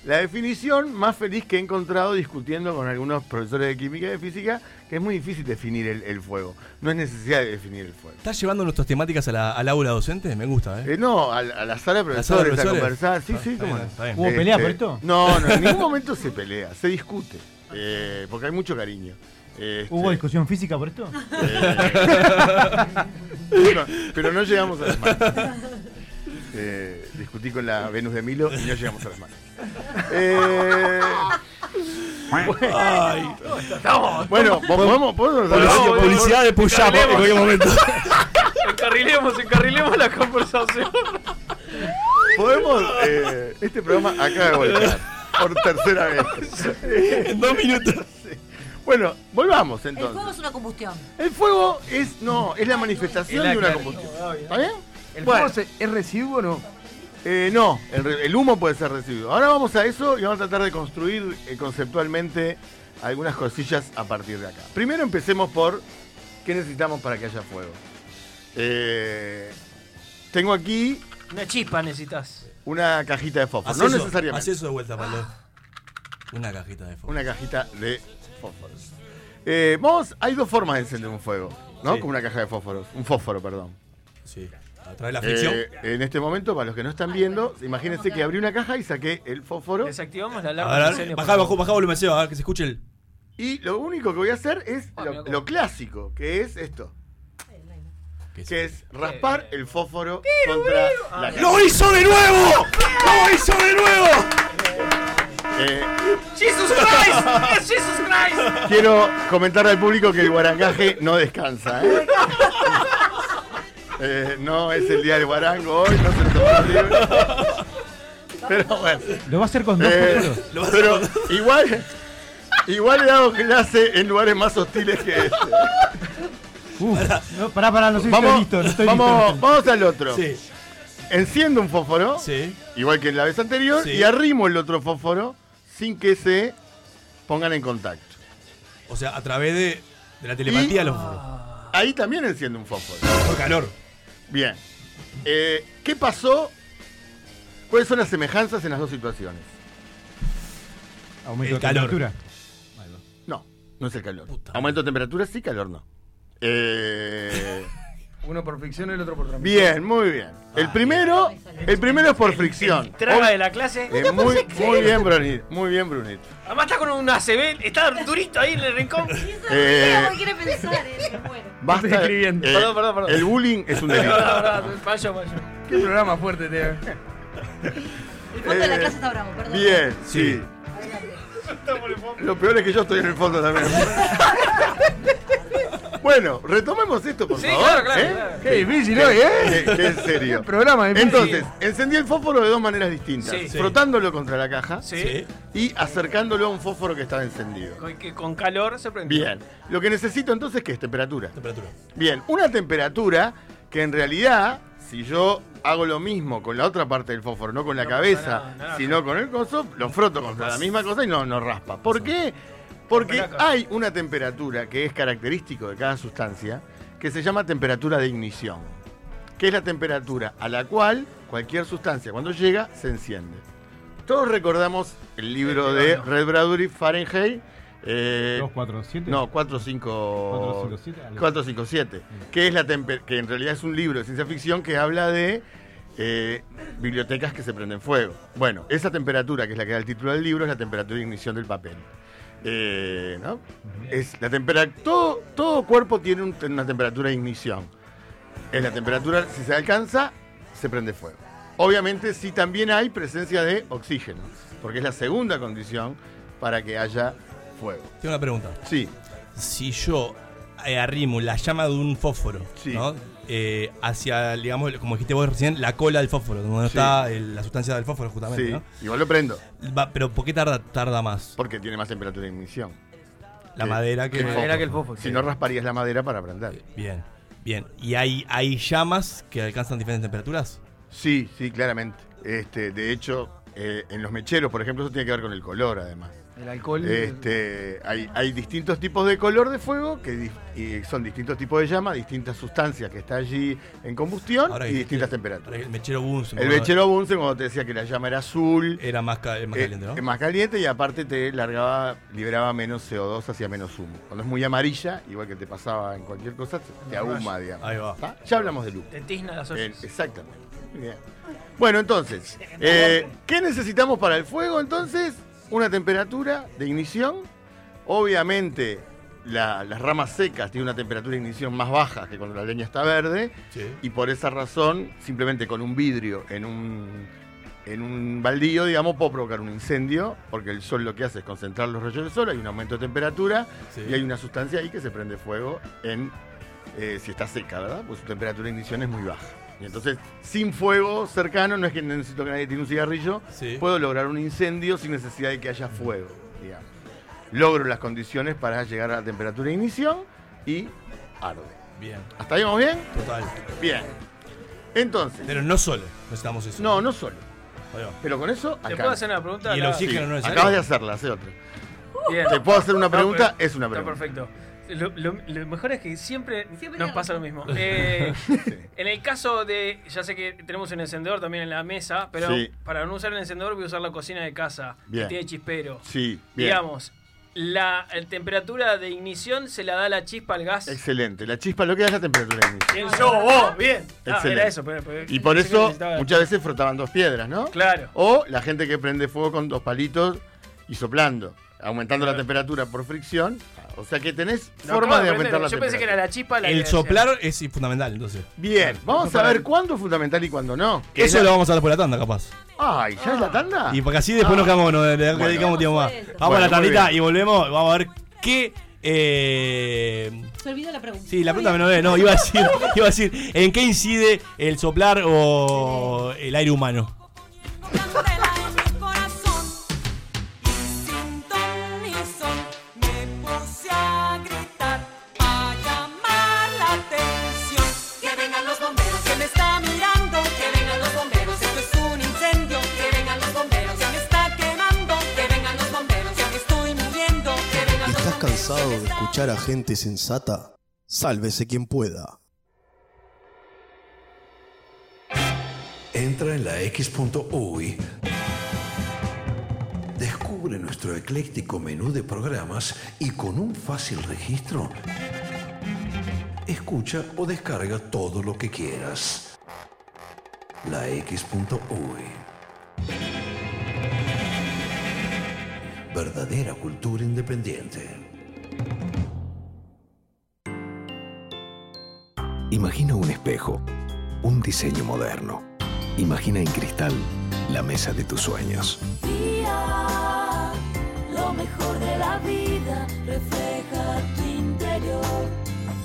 la definición más feliz que he encontrado discutiendo con algunos profesores de química y de física, que es muy difícil definir el, el fuego. No es necesidad de definir el fuego. ¿Estás llevando nuestras temáticas a la, al aula docente? Me gusta, ¿eh? Eh, no, a, la- a la sala de Ah, ¿La sala de profesores, a profesores? conversar. Sí, sí, está bien, cómo no. Este, está bien. ¿Hubo pelea por esto? No, no, en ningún momento se pelea, se discute. eh, porque hay mucho cariño. Este, ¿Hubo discusión física por esto? eh, no, pero no llegamos a las manos. Eh, discutí con la Venus de Milo y no llegamos a las manos. Eh, Ay. Estamos- Bueno, podemos. podemos- Policía, policía de push-up en cualquier momento. Encarrilemos, encarrilemos la conversación. Podemos eh, este programa acá de voltear por tercera vez. en dos minutos. Bueno, volvamos El fuego entonces. es una combustión. El fuego es no, es la manifestación Es la- de una claro. combustión. ¿Está bien? ¿El Bueno. fuego se- es residuo o no? Eh, no, el, re- el humo puede ser recibido. Ahora vamos a eso y vamos a tratar de construir eh, conceptualmente algunas cosillas a partir de acá. Primero empecemos por qué necesitamos para que haya fuego. Eh, tengo aquí Una chispa necesitas. Ah, una cajita de fósforo. Haz no eso, necesariamente. haz eso de vuelta, Pablo. Una cajita de Una cajita de fósforos. Eh, vamos, hay dos formas de encender un fuego, ¿no? Sí. Como una caja de fósforos. Un fósforo, perdón. Sí. A través de la fricción. Eh, en este momento, para los que no están viendo, imagínense que abrí una caja y saqué el fósforo. Desactivamos la A ver, a ver, bajá, bajá, bajá volumen, Seba, a ver que se escuche el. Y lo único que voy a hacer es lo, lo clásico, que es esto. Que es raspar Eh, el fósforo contra la caja. ¡Lo hizo de nuevo! ¡Lo hizo de nuevo! Eh, Jesus Christ! ¡Es Jesus Christ! quiero comentar al público que el guarangaje no descansa. ¿eh? Eh, no es el día del guarango hoy, no se lo tomó libre. Pero bueno. Lo va a hacer con dos Eh, futuros. pero igual, igual he dado clase en lugares más hostiles que este. No, pará, pará, no soy Vamos- listo, no estoy vamos- listo. vamos al otro. Sí. Enciendo un fósforo, igual que la vez anterior, Sí. y arrimo el otro fósforo sin que se pongan en contacto. O sea, a través de, de la telepatía Y- los fósforos. Ahí también enciende un fósforo. Por calor. Bien. Eh, ¿Qué pasó? ¿Cuáles son las semejanzas en las dos situaciones? Aumento de temperatura. No, no es el calor. Aumento de temperatura sí, calor no. Eh, Uno por fricción y el otro por transmisión. bien, muy bien. Ah, El primero, el primero es por fricción. Traga de la clase. Eh, muy, muy bien, Brunito. Muy bien, Brunito. Además está con un ACB, está durito ahí en el rincón. Eh, quiere pensar Basta. Estoy escribiendo. eh, Perdón, perdón, perdón. El bullying es un delito. Perdón, Ah, perdón, fallo, fallo. Qué programa fuerte, tío. El fondo de la clase está bravo, perdón. Bien, sí. Lo peor es que yo estoy en el fondo también. bueno, retomemos esto, por Sí, favor. claro, claro, ¿eh? claro. Qué Qué difícil hoy, ¿eh? Qué, qué en serio. Qué programa difícil. Entonces, encendí el fósforo de dos maneras distintas. Sí. Sí. Frotándolo contra la caja Sí. y acercándolo a un fósforo que estaba encendido. Con, que con calor se prende. Bien. Lo que necesito entonces, ¿qué es? Temperatura. Temperatura. Bien, una temperatura que en realidad, si yo hago lo mismo con la otra parte del fósforo, no con la cabeza, sino con el coso, lo froto contra la misma cosa y no, no raspa. ¿Por qué? Porque hay una temperatura que es característico de cada sustancia, que se llama temperatura de ignición, que es la temperatura a la cual cualquier sustancia cuando llega se enciende. Todos recordamos el libro de Red Bradbury, Fahrenheit. Eh, 247. No, 457. 457, algo. 457, que es la temper- que en realidad es un libro de ciencia ficción que habla de eh, bibliotecas que se prenden fuego. Bueno, esa temperatura, que es la que da el título del libro, es la temperatura de ignición del papel. Eh, ¿no? Es la tempera- todo, todo cuerpo tiene un- una temperatura de ignición. Es la temperatura, si se alcanza, se prende fuego. Obviamente, sí también hay presencia de oxígeno, porque es la segunda condición para que haya fuego. Tengo una pregunta. Sí. Si yo eh, arrimo la llama de un fósforo, ¿no? Eh, hacia, digamos, como dijiste vos recién, la cola del fósforo, donde Sí. está el- la sustancia del fósforo, justamente, Sí, ¿no? igual lo prendo. Va, pero ¿por qué tarda, tarda más? Porque tiene más temperatura de ignición. La Que- madera que, fósforo. Si no rasparías la madera para prender. Bien, bien. ¿Y hay, hay llamas que alcanzan diferentes temperaturas? Sí, sí, claramente. Este, de hecho, eh, en los mecheros, por ejemplo, eso tiene que ver con el color, además. El alcohol. Este, hay, hay distintos tipos de color de fuego que di- y son distintos tipos de llama, distintas sustancias que está allí en combustión Ahora y que- distintas temperaturas. El mechero Bunsen. El ¿no? mechero Bunsen, cuando te decía que la llama era azul, Era más, ca- más eh, caliente, ¿no? es más caliente y aparte te largaba, liberaba menos CO2 hacia menos humo. Cuando es muy amarilla, igual que te pasaba en cualquier cosa, te, te ahuma, digamos. Ahí va. ¿Está? Ya hablamos de humo. Te tizna las Eh, ollas. exactamente. Muy bien. Bueno, entonces, eh, ¿qué necesitamos para el fuego entonces? Una temperatura de ignición. Obviamente, la- las ramas secas tienen una temperatura de ignición más baja que cuando la leña está verde. Sí. Y por esa razón, simplemente con un vidrio en un en un baldío, digamos, puedo provocar un incendio, porque el sol lo que hace es concentrar los rayos del sol, hay un aumento de temperatura Sí. y hay una sustancia ahí que se prende fuego en eh, si está seca, ¿verdad? Pues su temperatura de ignición es muy baja. Y entonces, sin fuego cercano, no es que necesito que nadie tiene un cigarrillo, Sí. puedo lograr un incendio sin necesidad de que haya fuego, digamos. Logro las condiciones para llegar a la temperatura de ignición y arde. Bien. ¿Hasta ahí vamos bien? Total. Bien. Entonces. Pero no solo necesitamos eso. No, no solo. Ahí va. Pero con eso. ¿Te acá- puedo hacer una pregunta? Y el oxígeno no es necesario. Acabas de hacerla, hace otra. Bien. ¿Te puedo hacer una No, pregunta? pero- es una está pregunta. perfecto. Lo, lo- lo mejor es que siempre, nos pasa lo mismo. Eh, en el caso de, ya sé que tenemos un encendedor también en la mesa, pero Sí. para no usar el encendedor voy a usar la cocina de casa, Bien. que tiene chispero. Sí, bien. Digamos, la eh, temperatura de ignición se la da la chispa al gas. Excelente. La chispa lo que da es la temperatura de inicio. Bien, yo, vos, bien. Ah, Excelente. era eso, pero- pero- y por pensé que eso necesitaba- muchas veces frotaban dos piedras, ¿no? Claro. O la gente que prende fuego con dos palitos y soplando, aumentando la temperatura por fricción. O sea que tenés No, acabo formas de de aumentar aprender. la Yo temperatura. pensé que era la chispa la El que- soplar es fundamental, entonces. Bien, vamos a ver cuándo es fundamental y cuándo no. Eso lo vamos a dar por la tanda, capaz. Ay, ¿ya es la tanda? Y porque así después nos quedamos, nos le- le Ah. Bueno. dedicamos tiempo más. Vamos Bueno, a la muy tandita bien. y volvemos. Vamos a ver qué. eh, Se olvidó la pregunta. sí, la pregunta me no, no, iba a decir, iba a decir, ¿en qué incide el soplar o el aire humano? corazón y sin ton ni son me puse a gritar a llamar la atención que vengan los bomberos que me está mirando que vengan los bomberos esto es un incendio que vengan los bomberos ya me está quemando que vengan los bomberos ya me estoy muriendo que vengan los ¿Estás cansado de escuchar a gente sensata? Sálvese quien pueda. Entra en la X.UI. Descubre nuestro ecléctico menú de programas y con un fácil registro, escucha o descarga todo lo que quieras. La X.UI. Verdadera cultura independiente. Imagina un espejo, un diseño moderno. Imagina en cristal la mesa de tus sueños. Día, lo mejor de la vida refleja tu interior.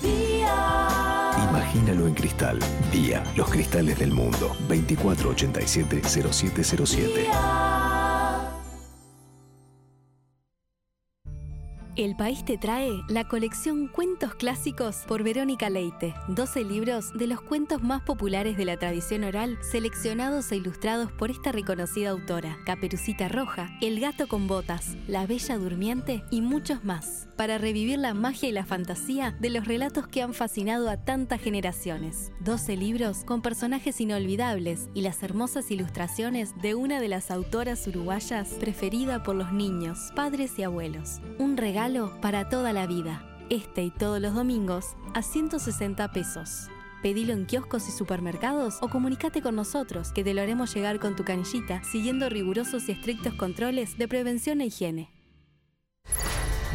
Día, Imagínalo en cristal. Día, los cristales del mundo. 2487-0707. El país te trae la colección Cuentos Clásicos por Verónica Leite. 12 libros de los cuentos más populares de la tradición oral, seleccionados e ilustrados por esta reconocida autora. Caperucita Roja, El Gato con Botas, La Bella Durmiente y muchos más. Para revivir la magia y la fantasía de los relatos que han fascinado a tantas generaciones. 12 libros con personajes inolvidables y las hermosas ilustraciones de una de las autoras uruguayas preferida por los niños, padres y abuelos. Un regalo para toda la vida. Este y todos los domingos a 160 pesos. Pedilo en kioscos y supermercados o comunícate con nosotros que te lo haremos llegar con tu canillita siguiendo rigurosos y estrictos controles de prevención e higiene.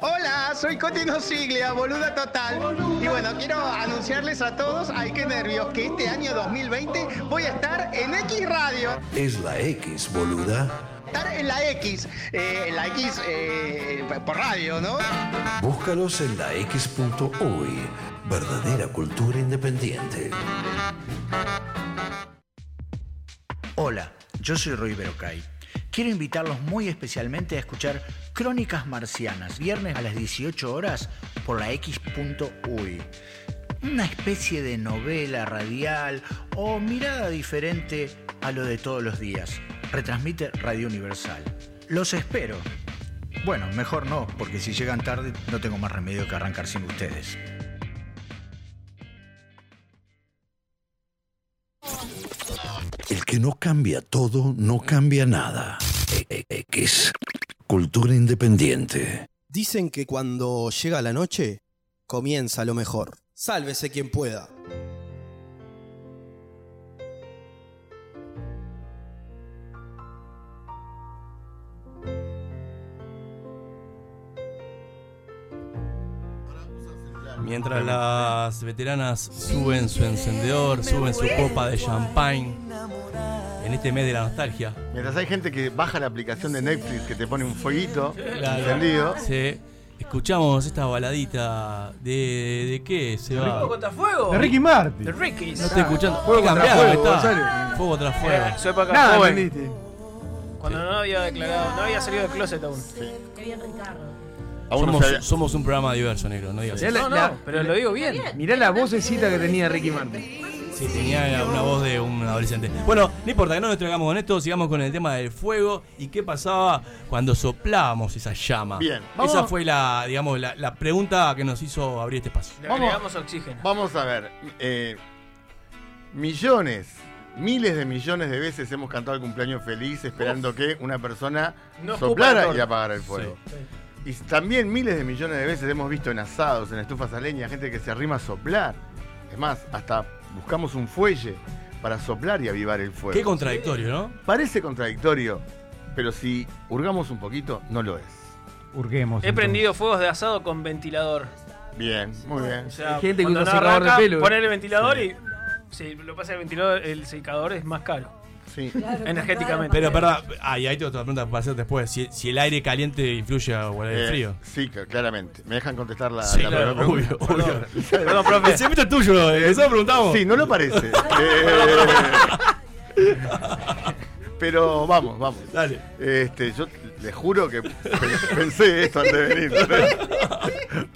Hola, soy Cotino Siglia, boluda total. Y bueno, quiero anunciarles a todos, ay qué nervios, que este año 2020 voy a estar en X Radio. Es la X, boluda. Estar en la X, eh, en la X eh, por radio, ¿no? Búscalos en la X.uy. Verdadera cultura independiente. Hola, yo soy Roy Berocay. Quiero invitarlos muy especialmente a escuchar Crónicas Marcianas, viernes a las 18 horas por la X.uy. Una especie de novela radial o mirada diferente a lo de todos los días. Retransmite Radio Universal. Los espero. Bueno, mejor no, porque si llegan tarde no tengo más remedio que arrancar sin ustedes. El que no cambia todo, no cambia nada. E- e- X. Cultura independiente. Dicen que cuando llega la noche, comienza lo mejor. Sálvese quien pueda. Mientras las veteranas suben su encendedor, suben su copa de champagne en este mes de la nostalgia. Mientras hay gente que baja la aplicación de Netflix que te pone un fueguito Claro. encendido. Sí. Escuchamos esta baladita de. ¿De qué se va? Fuego contra fuego. De Ricky Martin. De Ricky. Eh, No estoy escuchando. Fuego Qué contra cambiado fuego, que está. Gonzalo. Fuego tras fuego. Era su época Nada, joven. entendiste. Cuando no había declarado, no había salido del closet aún. Aún no Somos, sabía. somos un programa diverso, negro, no digas Mirá eso. la- No, no, la- pero lo digo bien. Mirá la vocecita que tenía Ricky Martin. Sí, tenía una voz de un adolescente. Bueno, no importa, que no nos traigamos con esto, sigamos con el tema del fuego y qué pasaba cuando soplábamos esa llama. Bien, vamos- Esa fue la, digamos, la, la pregunta que nos hizo abrir este espacio. Le agregamos oxígeno. Vamos a ver. eh, millones, miles de millones de veces hemos cantado el cumpleaños feliz esperando que una persona No escupa el soplara horno. y apagara el fuego. Y también miles de millones de veces hemos visto en asados, en estufas a leña, gente que se arrima a soplar. Es más, hasta buscamos un fuelle para soplar y avivar el fuego. Qué contradictorio, ¿no? Parece contradictorio, pero si hurgamos un poquito, no lo es. Hurguemos. He prendido fuegos de asado con ventilador. Bien, muy bien. O sea, Hay gente que cuando usa no secador de arranca, pelo, eh. Poner el ventilador y. Si lo pasa el ventilador, el secador es más caro. Sí. Energéticamente. Pero perdón, ah, ahí hay otra pregunta para hacer después. Si, si el aire caliente influye o el aire Eh, frío. Sí, cl- claramente. ¿Me dejan contestar la, Sí, la claro, primera obvio, pregunta? obvio. Perdón, profe. El cemento es tuyo, eh, eso preguntamos. Sí, no lo parece. Eh, pero vamos, vamos. Dale. Este, yo les juro que pe- pensé esto antes de venir.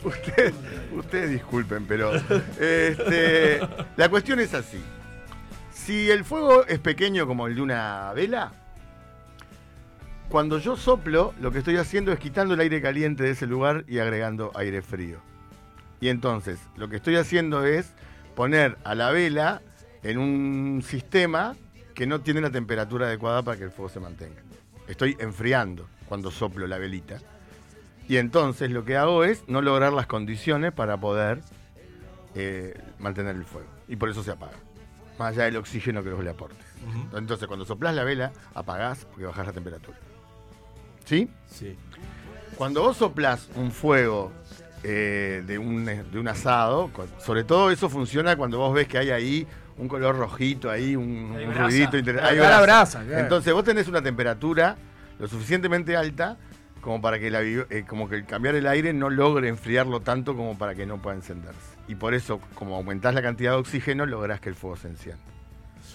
Ustedes, ustedes disculpen, pero este, la cuestión es así. Si el fuego es pequeño como el de una vela, cuando yo soplo, lo que estoy haciendo es quitando el aire caliente de ese lugar y agregando aire frío. Y entonces, lo que estoy haciendo es poner a la vela en un sistema que no tiene la temperatura adecuada para que el fuego se mantenga. Estoy enfriando cuando soplo la velita. Y entonces lo que hago es no lograr las condiciones para poder eh, mantener el fuego. Y por eso se apaga. Más allá del oxígeno que vos le aportes. Ujú. Entonces, cuando soplás la vela, apagás porque bajás la temperatura. ¿Sí? Sí. Cuando vos soplás un fuego eh, de, un, de un asado, con- sobre todo eso funciona cuando vos ves que hay ahí un color rojito, ahí un, Hay un brasa. ruidito inter- Hay brasa, claro. Entonces vos tenés una temperatura lo suficientemente alta como para que, la, vi- eh, como que el cambiar el aire no logre enfriarlo tanto como para que no pueda encenderse. Y por eso, como aumentás la cantidad de oxígeno, lográs que el fuego se encienda.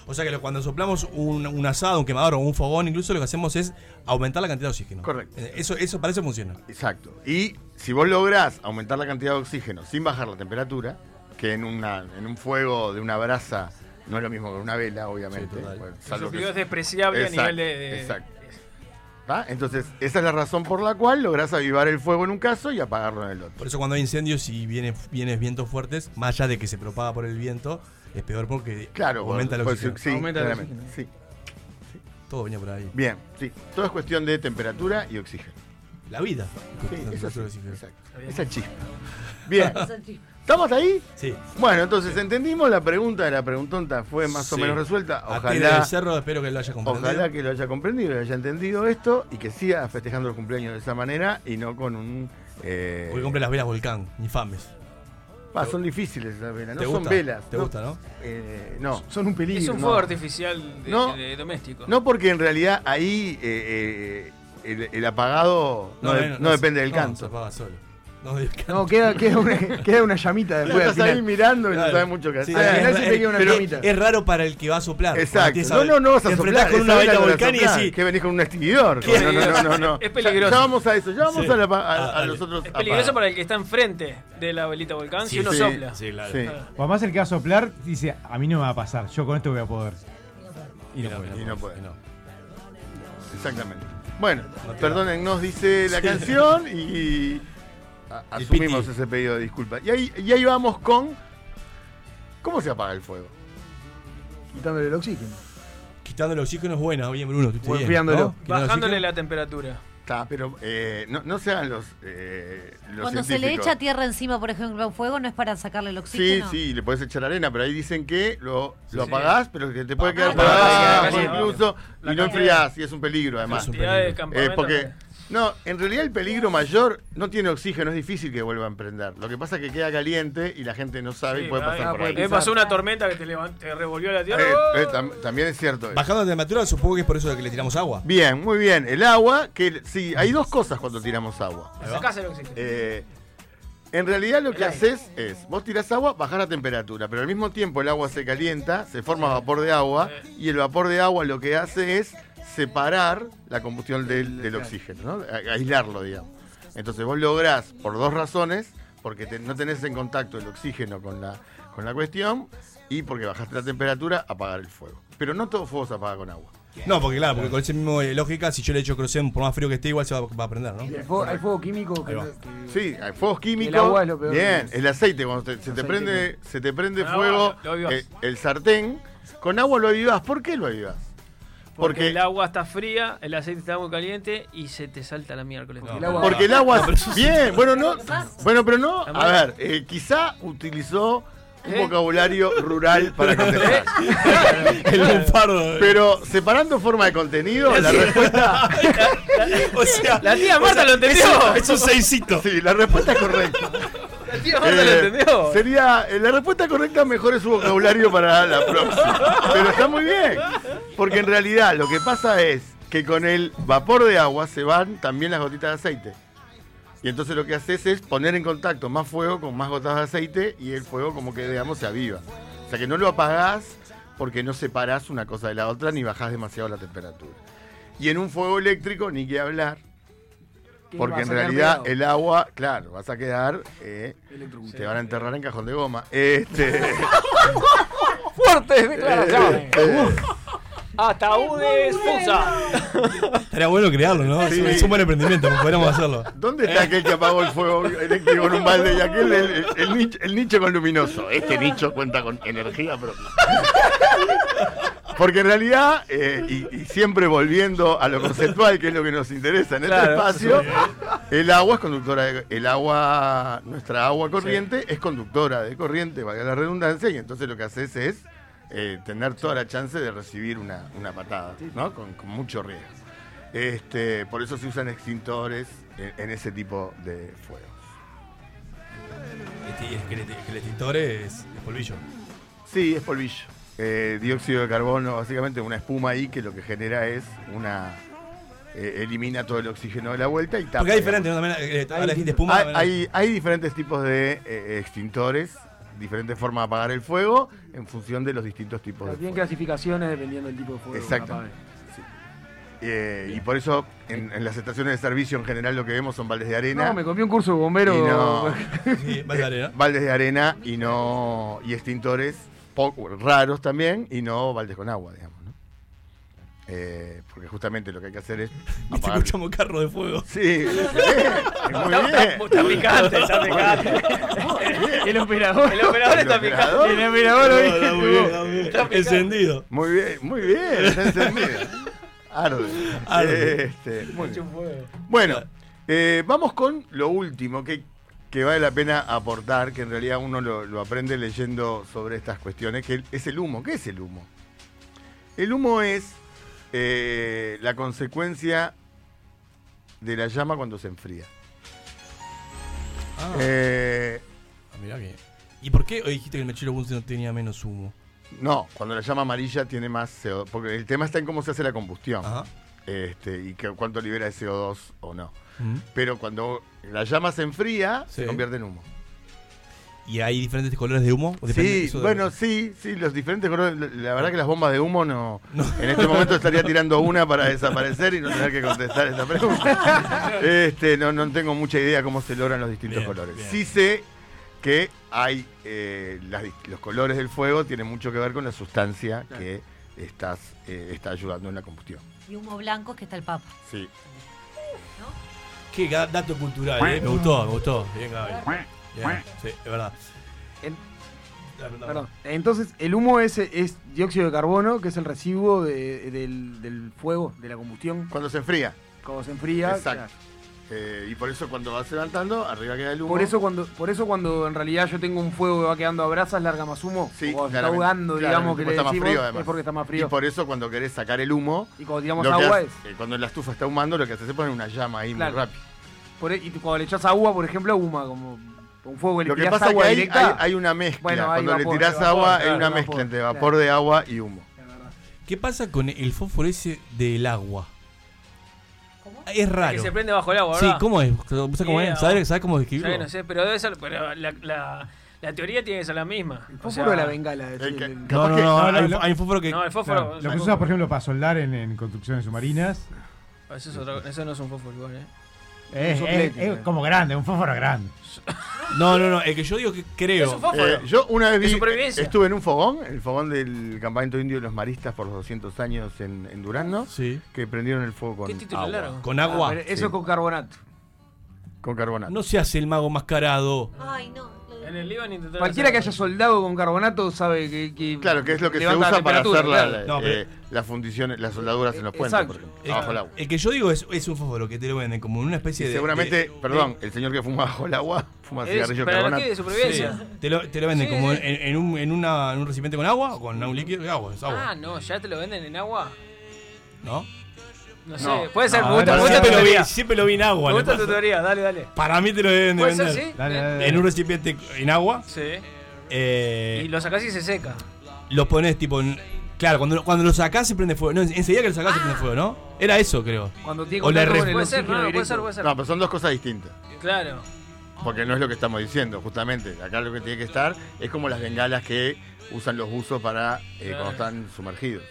O sea que lo- cuando soplamos un, un asado, un quemador o un fogón, incluso lo que hacemos es aumentar la cantidad de oxígeno. Correcto. Eh, Eso, eso parece funciona. Exacto. Y si vos lográs aumentar la cantidad de oxígeno sin bajar la temperatura, que en, una, en un fuego de una brasa no es lo mismo que una vela, obviamente. Bueno, Su salvo que- frío es despreciable Exacto, a nivel de. de- Exacto. ¿Va? Entonces, esa es la razón por la cual lográs avivar el fuego en un caso y apagarlo en el otro. Por eso cuando hay incendios y viene, vienen vientos fuertes, más allá de que se propaga por el viento, es peor porque Claro, aumenta el por- por- oxígeno. sí, Aumenta el claramente, oxígeno. Todo venía por ahí. Bien, sí. Todo es cuestión de temperatura y oxígeno. La vida. Sí, eso sí, oxígeno. exacto. Esa chispa. Bien. ¿Estamos ahí? Sí. Bueno, entonces entendimos la pregunta de la preguntonta fue más o Sí. menos resuelta. A ti Ojalá. del cerro espero que lo haya comprendido. Ojalá que lo haya comprendido, lo haya entendido esto y que siga festejando el cumpleaños de esa manera y no con un. eh, Hoy compré las velas volcán, infames. ah, son difíciles esas velas, no ¿Te son gusta? velas. ¿Te gusta, no? Eh, no, son un peligro. Es un no. fuego artificial de- No. de doméstico. No, porque en realidad ahí eh, eh, el, el apagado no, de- no depende del no, canto. Se apaga solo. No, Dios, No, queda, queda, una, queda una llamita después. Estás al final. ahí mirando y no Claro. sabes mucho qué Sí, hacer. es- Al final es- siempre queda una pero llamita. Es raro para el que va a soplar. Exacto. No, no, no vas a soplar. con una esa es la vaina que vas a volcánica soplar, y decís, Que venís con un extinguidor. ¿Qué? No, no, no, no, no. Es peligroso. Ya, ya vamos a eso. Ya vamos Sí. a, la pa- a- Ah, a dale. los otros. Es peligroso apagar. para el que está enfrente de la velita volcán si uno sopla. Sí. O además el que va a soplar dice, a mí no me va a pasar, yo con esto voy a poder. Y no puede. Y no puede. Exactamente. Bueno, perdonen, nos dice la canción y a- El asumimos piti. ese pedido de disculpa. Y ahí, y ahí vamos con. ¿Cómo se apaga el fuego? Quitándole el oxígeno. Quitando el oxígeno es buena, bien Bruno, tú te bien, Enfriándolo. ¿no? Quitando el Bajándole la temperatura. Está, pero eh, no, no sean los. eh, los Cuando se le científicos. echa tierra encima, por ejemplo, a un fuego, no es para sacarle el Sí, oxígeno. sí, le podés echar arena, pero ahí dicen que lo, lo Sí. apagás, pero que te puede Ah, quedar claro, apagado claro, claro. incluso La y no cantidad- enfriás, y es un peligro además. Eh, la cantidad de campamentos porque, que- no, en realidad el peligro mayor no tiene oxígeno, es difícil que vuelva a emprender. Lo que pasa es que queda caliente y la gente no sabe y puede Ah, pasar por ahí. Me pasó una tormenta que te, levant- te revolvió la tierra. Eh, eh, tam- también es cierto. eso. Bajando la temperatura, supongo que es por eso de que le tiramos agua. Bien, muy bien. El agua, que sí, hay dos cosas cuando tiramos agua. ¡Oh! Sacás el oxígeno. Eh, en realidad lo que haces es, vos tirás agua, bajás la temperatura, pero al mismo tiempo el agua se calienta, se forma vapor de agua, y el vapor de agua lo que hace es separar la combustión del, del oxígeno, ¿no? A- aislarlo, digamos. Entonces vos lográs, por dos razones, porque te- no tenés en contacto el oxígeno con la, con la cuestión, y porque bajaste la temperatura, apagar el fuego. Pero no todo fuego se apaga con agua. No, porque claro, porque con esa misma eh, lógica, si yo le echo crocem, por más frío que esté, igual se va, va a prender, ¿no? Hay fuego, hay fuego químico que, Ahí va. que- Sí, hay fuegos químicos. El agua es lo peor Bien, que es. el aceite, cuando te- se, te Aceite prende, se te prende Con fuego agua lo- lo avivás. eh, el sartén, con agua lo avivás. ¿Por qué lo avivás? Porque, Porque- el agua está fría, el aceite está muy caliente y se te salta la miércoles. Porque el agua- Porque el agua. bien, bueno, no. Bueno, pero no. A ver, eh, quizá utilizó un ¿Eh? vocabulario rural para contestar. El lunfardo. Pero separando forma de contenido, la respuesta. O sea, La tía Marta lo entendió. Es, un- es un seisito. Sí, la respuesta es correcta. La tía Marta lo Eh, entendió. Sería, eh, la respuesta correcta mejor es su vocabulario para la próxima. Pero está muy bien. Porque en realidad lo que pasa es que con el vapor de agua se van también las gotitas de aceite. Y entonces lo que haces es poner en contacto más fuego con más gotas de aceite y el fuego como que digamos se aviva. O sea que no lo apagás porque no separás una cosa de la otra ni bajás demasiado la temperatura. Y en un fuego eléctrico ni que hablar. que Porque vas en a quedar realidad pegado. el agua, claro, vas a quedar. eh, Electrocutado. te van a enterrar en cajón de goma. Este. Fuertes eh, eh, Ataúdes Fusa. Estaría bueno crearlo, ¿no? Sí. Es un buen emprendimiento, pues, podríamos hacerlo. ¿Dónde está aquel que apagó el fuego eléctrico con un balde y aquel el, el- el nicho, el nicho con luminoso? Este nicho cuenta con energía propia. Porque en realidad, eh, y, y siempre volviendo a lo conceptual, que es lo que nos interesa en este Claro. espacio, el agua es conductora de, el agua, nuestra agua corriente es conductora de corriente, valga la redundancia, y entonces lo que haces es eh, tener toda la chance de recibir una, una patada, ¿no? Con, con mucho riesgo. Este, por eso se usan extintores en, en ese tipo de fuegos. Este, y es que el, que el extintor es, es polvillo. Sí, es polvillo. Eh, dióxido de carbono, básicamente una espuma ahí que lo que genera es una... eh, elimina todo el oxígeno de la vuelta y tapa. Porque hay digamos. diferentes, ¿no? También, eh, ahora dijiste espuma. Hay, también- hay- hay diferentes tipos de eh, extintores, diferentes formas de apagar el fuego en función de los distintos tipos de Tienen fuego. clasificaciones dependiendo del tipo de fuego. Exactamente. Eh, y por eso en, en las estaciones de servicio en general lo que vemos son baldes de arena. No, me copié un curso de bombero. y no- Sí, balde de arena. baldes de arena y no y extintores poco- raros también y no baldes con agua, digamos. ¿no? Eh, porque justamente lo que hay que hacer es Viste, apagar. escuchamos carro de fuego. Sí, excelente, muy Está, bien. está- está picante, está picante. El operador. El operador está El operador. picante. El operador No, hoy. está muy bien, está muy bien. Encendido. Muy bien, muy bien, está encendido. Arde. Arde. Este, muy bien. Bueno, eh, vamos con lo último que, que vale la pena aportar, que en realidad uno lo, lo aprende leyendo sobre estas cuestiones, que es el humo. ¿Qué es el humo? El humo es eh, la consecuencia de la llama cuando se enfría. Ah, Eh, ah, mirá que. ¿Y por qué hoy dijiste que el mechero Bunsen no tenía menos humo? no, cuando la llama amarilla tiene más CO2, porque el tema está en cómo se hace la combustión. Ajá. este, y que- cuánto libera de CO2 o no. Pero cuando la llama se enfría, se Mm. Sí. convierte en humo. ¿Y hay diferentes colores de humo? ¿O depende Sí, eso de- bueno, sí, sí, los diferentes colores. La verdad que las bombas de humo no. En este momento estaría tirando una para desaparecer y no tener que contestar esa pregunta. Este, no, no tengo mucha idea cómo se logran los distintos Bien, colores. bien. Sí sé que hay eh, las dis- los colores del fuego tienen mucho que ver con la sustancia que estás eh, está ayudando en la combustión. Y humo blanco que está el Papa. Sí. Qué ga- dato cultural, ¿eh? Me gustó, me gustó. Bien, Gaby. Bien, sí, es verdad. Perdón. Entonces, el humo es, es dióxido de carbono, que es el residuo de- del, del fuego, de la combustión. Cuando se enfría. Cuando se enfría. Exacto. Eh, y por eso cuando vas levantando, arriba queda el humo. Por eso, cuando, por eso cuando en realidad yo tengo un fuego que va quedando a brasas, larga más humo. Sí, cuando se está Claramente, ahogando, claramente, digamos, que porque le está más decimos, frío, además. es porque está más frío. Y por eso cuando querés sacar el humo, Y cuando tiramos lo que agua hace- eh, cuando la estufa está humando, lo que haces es poner una llama ahí Claro. muy rápido. Por e- y tú cuando le echas agua, por ejemplo, huma como un fuego Lo que tirás pasa es que agua ahí directa. hay- hay una mezcla. Bueno, hay Cuando le vapor, tirás hay vapor, agua, hay claro, una hay mezcla vapor, entre claro. vapor de agua y humo. ¿Qué pasa con el fósforo ese del agua? Es raro. Que se prende bajo el agua, Sí, ¿verdad? ¿cómo es? ¿Sabes cómo Yeah. es? ¿Sabes, sabes cómo describirlo? Ya que no sé, pero debe ser. Pero la, la, la teoría tiene que ser la misma. El fósforo de la bengala, es decir, el- No, no, no, no, no. No, el fósforo. Claro, Lo que se usa, por ejemplo, para soldar en, en construcciones submarinas. Eso, es otra- eso no es un fósforo igual, ¿eh? Es, Un es- soplete. eh. es como grande, un fósforo grande. No, no, no. El que yo digo que creo. Es un fósforo. Eh, yo una vez De vi- supervivencia. estuve en un fogón, el fogón del campamento indio de los maristas por los 200 años en, en Durazno, que prendieron el fuego con ¿Qué título agua. largo? Con agua. Ah, pero eso es con carbonato. Con carbonato. No se hace el mago mascarado. Ay, no. En el Líbano intentaron. Cualquiera que hacer- haya soldado con carbonato sabe que. que Claro, que es lo que se levanta la usa para temperatura, hacer la- claro. la- eh, las fundiciones, las soldaduras en los puentes, Exacto. por ejemplo, El, abajo del agua. el que yo digo es, es un fósforo que te lo venden como en una especie Y de. seguramente, de- perdón, el señor que fuma bajo el agua fuma Es cigarrillo para la carbonato. que de supervivencia. te, lo, te lo venden Sí, como sí. en, en un, en, una- en un recipiente con agua o con un líquido de agua, es agua. Ah, no, ya te lo venden en agua. ¿No? No No. sé, puede ser. No, me gusta, no, me gusta siempre tu lo vi- teoría. siempre lo vi en agua, Me le gusta tu pasa. teoría, dale, dale. Para mí te lo deben de ¿Puede ser, vender. sí? Dale, dale, dale. En un recipiente en agua. Sí. Eh, Y lo sacás y se seca. Lo pones tipo en- Claro, cuando, cuando lo sacás se prende fuego. No, en- enseguida que lo sacás se Ah. prende fuego, ¿no? Era eso, creo. Cuando tiene O la contacto re- con el Puede ser, oxígeno no, puede directo. ser, puede ser. No, pero son dos cosas distintas. Claro. Porque no es lo que estamos diciendo, justamente. Acá lo que tiene que estar es como las bengalas que usan los buzos para eh, Claro. cuando están sumergidos.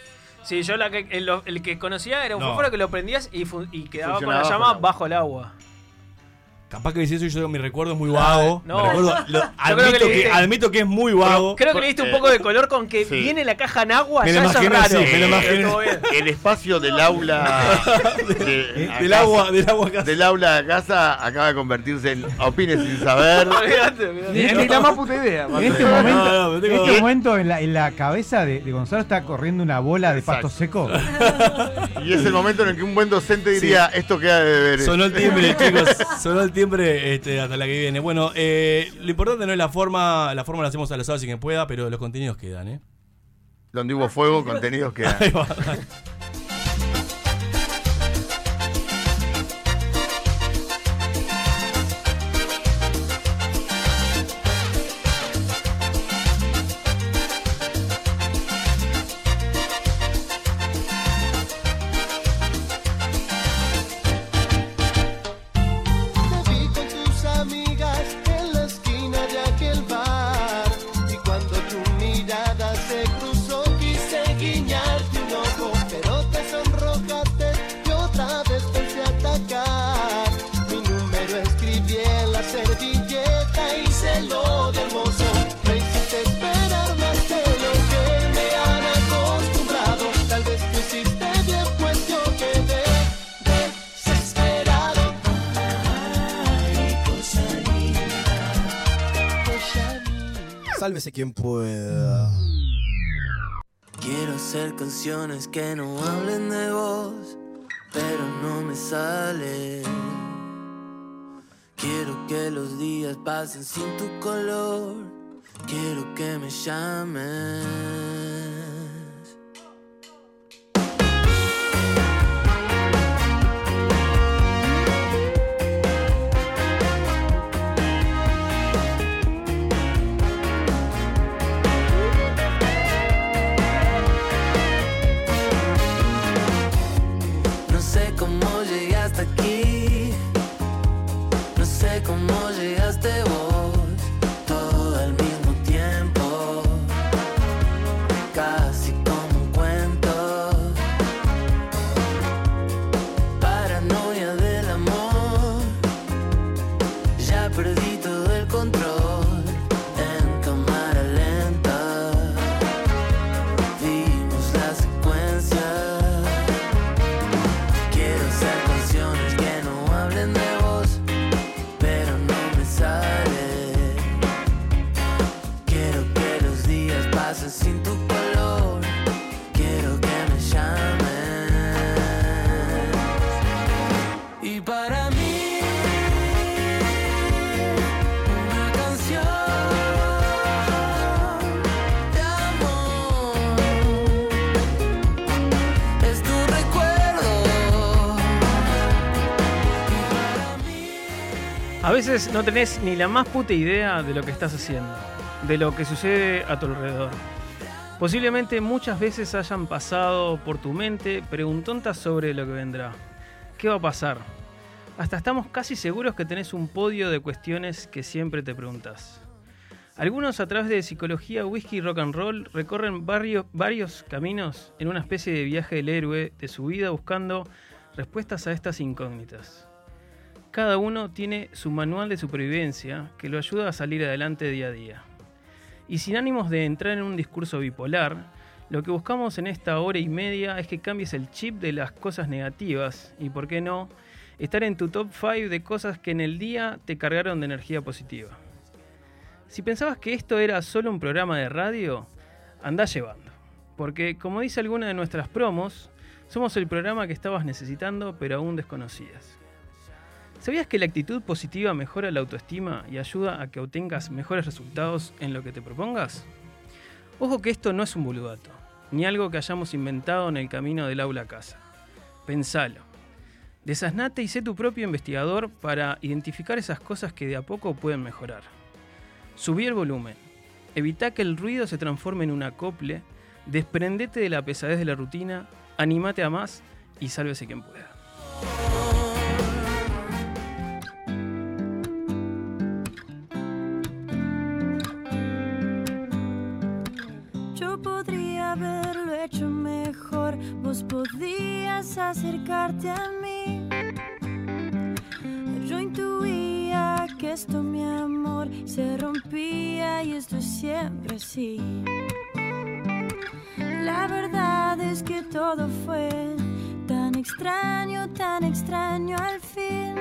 Sí, yo la que, el, el que conocía era un No. fósforo que lo prendías y, fu- y quedaba Funcionaba con la bajo llama el agua. bajo el agua. Capaz que decís eso y yo mi recuerdo es muy vago. Ah, no. Me recuerdo- lo- Yo creo que admito, le que diste- admito que es muy vago. Creo que le diste un poco de color con que sí. viene la caja en agua, eh, Me ya lo eso es imagino raro. así, me lo Pero imagino. todo bien. El espacio del aula. Eh, del agua- del agua casa. Del aula de casa acaba de convertirse en opines sin saber. Olvídate, olvídate. Ni la más puta idea. En este momento, en este momento en, la, en la cabeza de, de Gonzalo está corriendo una bola de pasto seco. Y es el momento en el que un buen docente diría, esto queda de deberes. Sonó el timbre, chicos. Sonó el timbre este, hasta la que viene. Bueno, eh, lo importante no es la forma. La forma la hacemos al asado si quien pueda, pero los contenidos quedan, ¿eh? Donde hubo fuego, contenidos quedan. Ahí va. Te vi con tus amigas en la esquina de aquel bar y cuando tu mirada se cruzó quise guiñarte un ojo, pero te sonrojaste y otra vez pensé atacar. Mi número escribí en la servilleta y se lo di al mozo. Me hiciste esperar más de lo que me han acostumbrado. Tal vez tú hiciste bien pues yo quedé desesperado. Sálvese quien pueda. Quiero hacer canciones que no hablen de vos, pero no me sale. Quiero que los días pasen sin tu color, quiero que me llames. No sé cómo llegaste aquí. No sé cómo llegaste vos. Todo al mismo tiempo. Casi como un cuento. Paranoia del amor. Ya perdí todo el control. En cámara lenta. Vimos la secuencia. Quiero hacer canciones que no hablen de vos, pero no me sale. Quiero que los días pasen sin tu color. Quiero que me llames. Y para mí, una canción de amor. Es tu recuerdo. A veces no tenés ni la más puta idea de lo que estás haciendo, de lo que sucede a tu alrededor. Posiblemente muchas veces hayan pasado por tu mente preguntontas sobre lo que vendrá. ¿Qué va a pasar? Hasta estamos casi seguros que tenés un podio de cuestiones que siempre te preguntas. Algunos a través de psicología, whisky y rock and roll recorren varios, varios caminos en una especie de viaje del héroe de su vida buscando respuestas a estas incógnitas. Cada uno tiene su manual de supervivencia que lo ayuda a salir adelante día a día. Y sin ánimos de entrar en un discurso bipolar, lo que buscamos en esta hora y media es que cambies el chip de las cosas negativas y, por qué no, estar en tu top 5 de cosas que en el día te cargaron de energía positiva. Si pensabas que esto era solo un programa de radio, andá llevando. Porque, como dice alguna de nuestras promos, somos el programa que estabas necesitando pero aún desconocías. ¿Sabías que la actitud positiva mejora la autoestima y ayuda a que obtengas mejores resultados en lo que te propongas? Ojo que esto no es un boludato, ni algo que hayamos inventado en el camino del aula a casa. Pensalo. Desasnate y sé tu propio investigador para identificar esas cosas que de a poco pueden mejorar. Subí el volumen. Evita que el ruido se transforme en un acople. Desprendete de la pesadez de la rutina. Anímate a más y sálvese quien pueda. Yo podría haberlo hecho mejor, vos podías acercarte a mí. Yo intuía que esto, mi amor, se rompía y esto es siempre así. La verdad es que todo fue tan extraño, tan extraño al fin.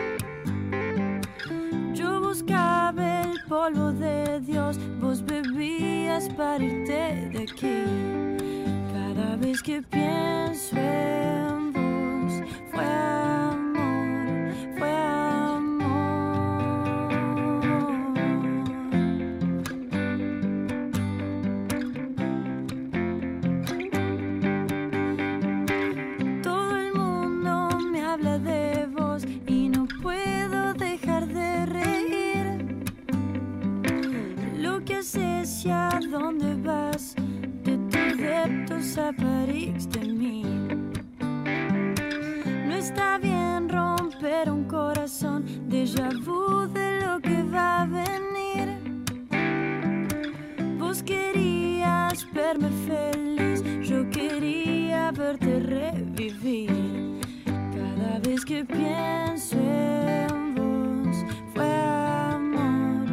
Yo buscaba el polvo de Dios, vos bebías para irte de aquí. Cada vez que pienso en vos, fue amor, fue amor. Todo el mundo me habla de vos y no puedo dejar de reír. Lo que haces y a dónde vas, de tus deptos a París de mí. No está bien romper un corazón, déjà vu de lo que va a venir. Vos querías verme feliz, yo quería verte revivir. Cada vez que pienso en vos, fue amor,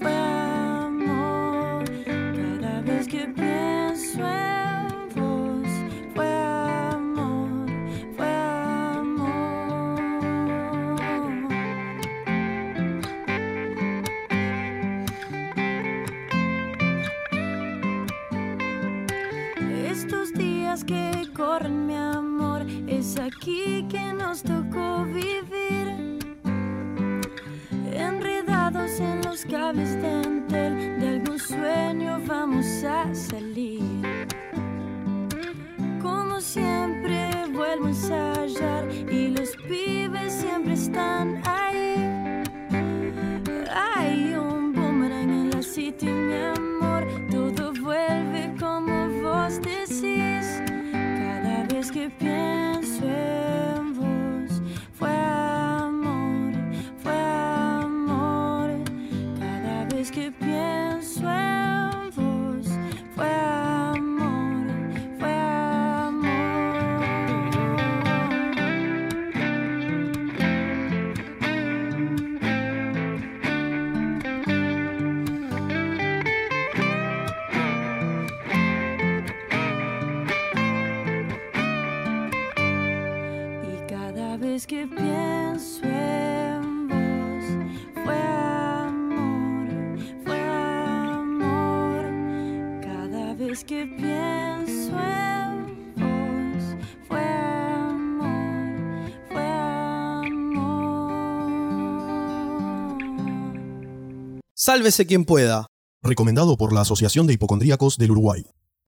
fue amor. Cada vez que pienso en vos, fue amor, fue amor. Estos días que corren, mi amor, es aquí que nos tocó vivir. Enredados en los cables de entel, de algún sueño vamos a salir. Como siempre, vuelvo a ensayar y los pibes siempre están ahí. Hay un boomerang en la city, mi amor. Todo vuelve como vos decís. Cada vez que pienso en vos, pienso en vos. Fue amor, fue amor. Cada vez que pienso en vos, fue amor, fue amor. Sálvese quien pueda. Recomendado por la Asociación de Hipocondríacos del Uruguay.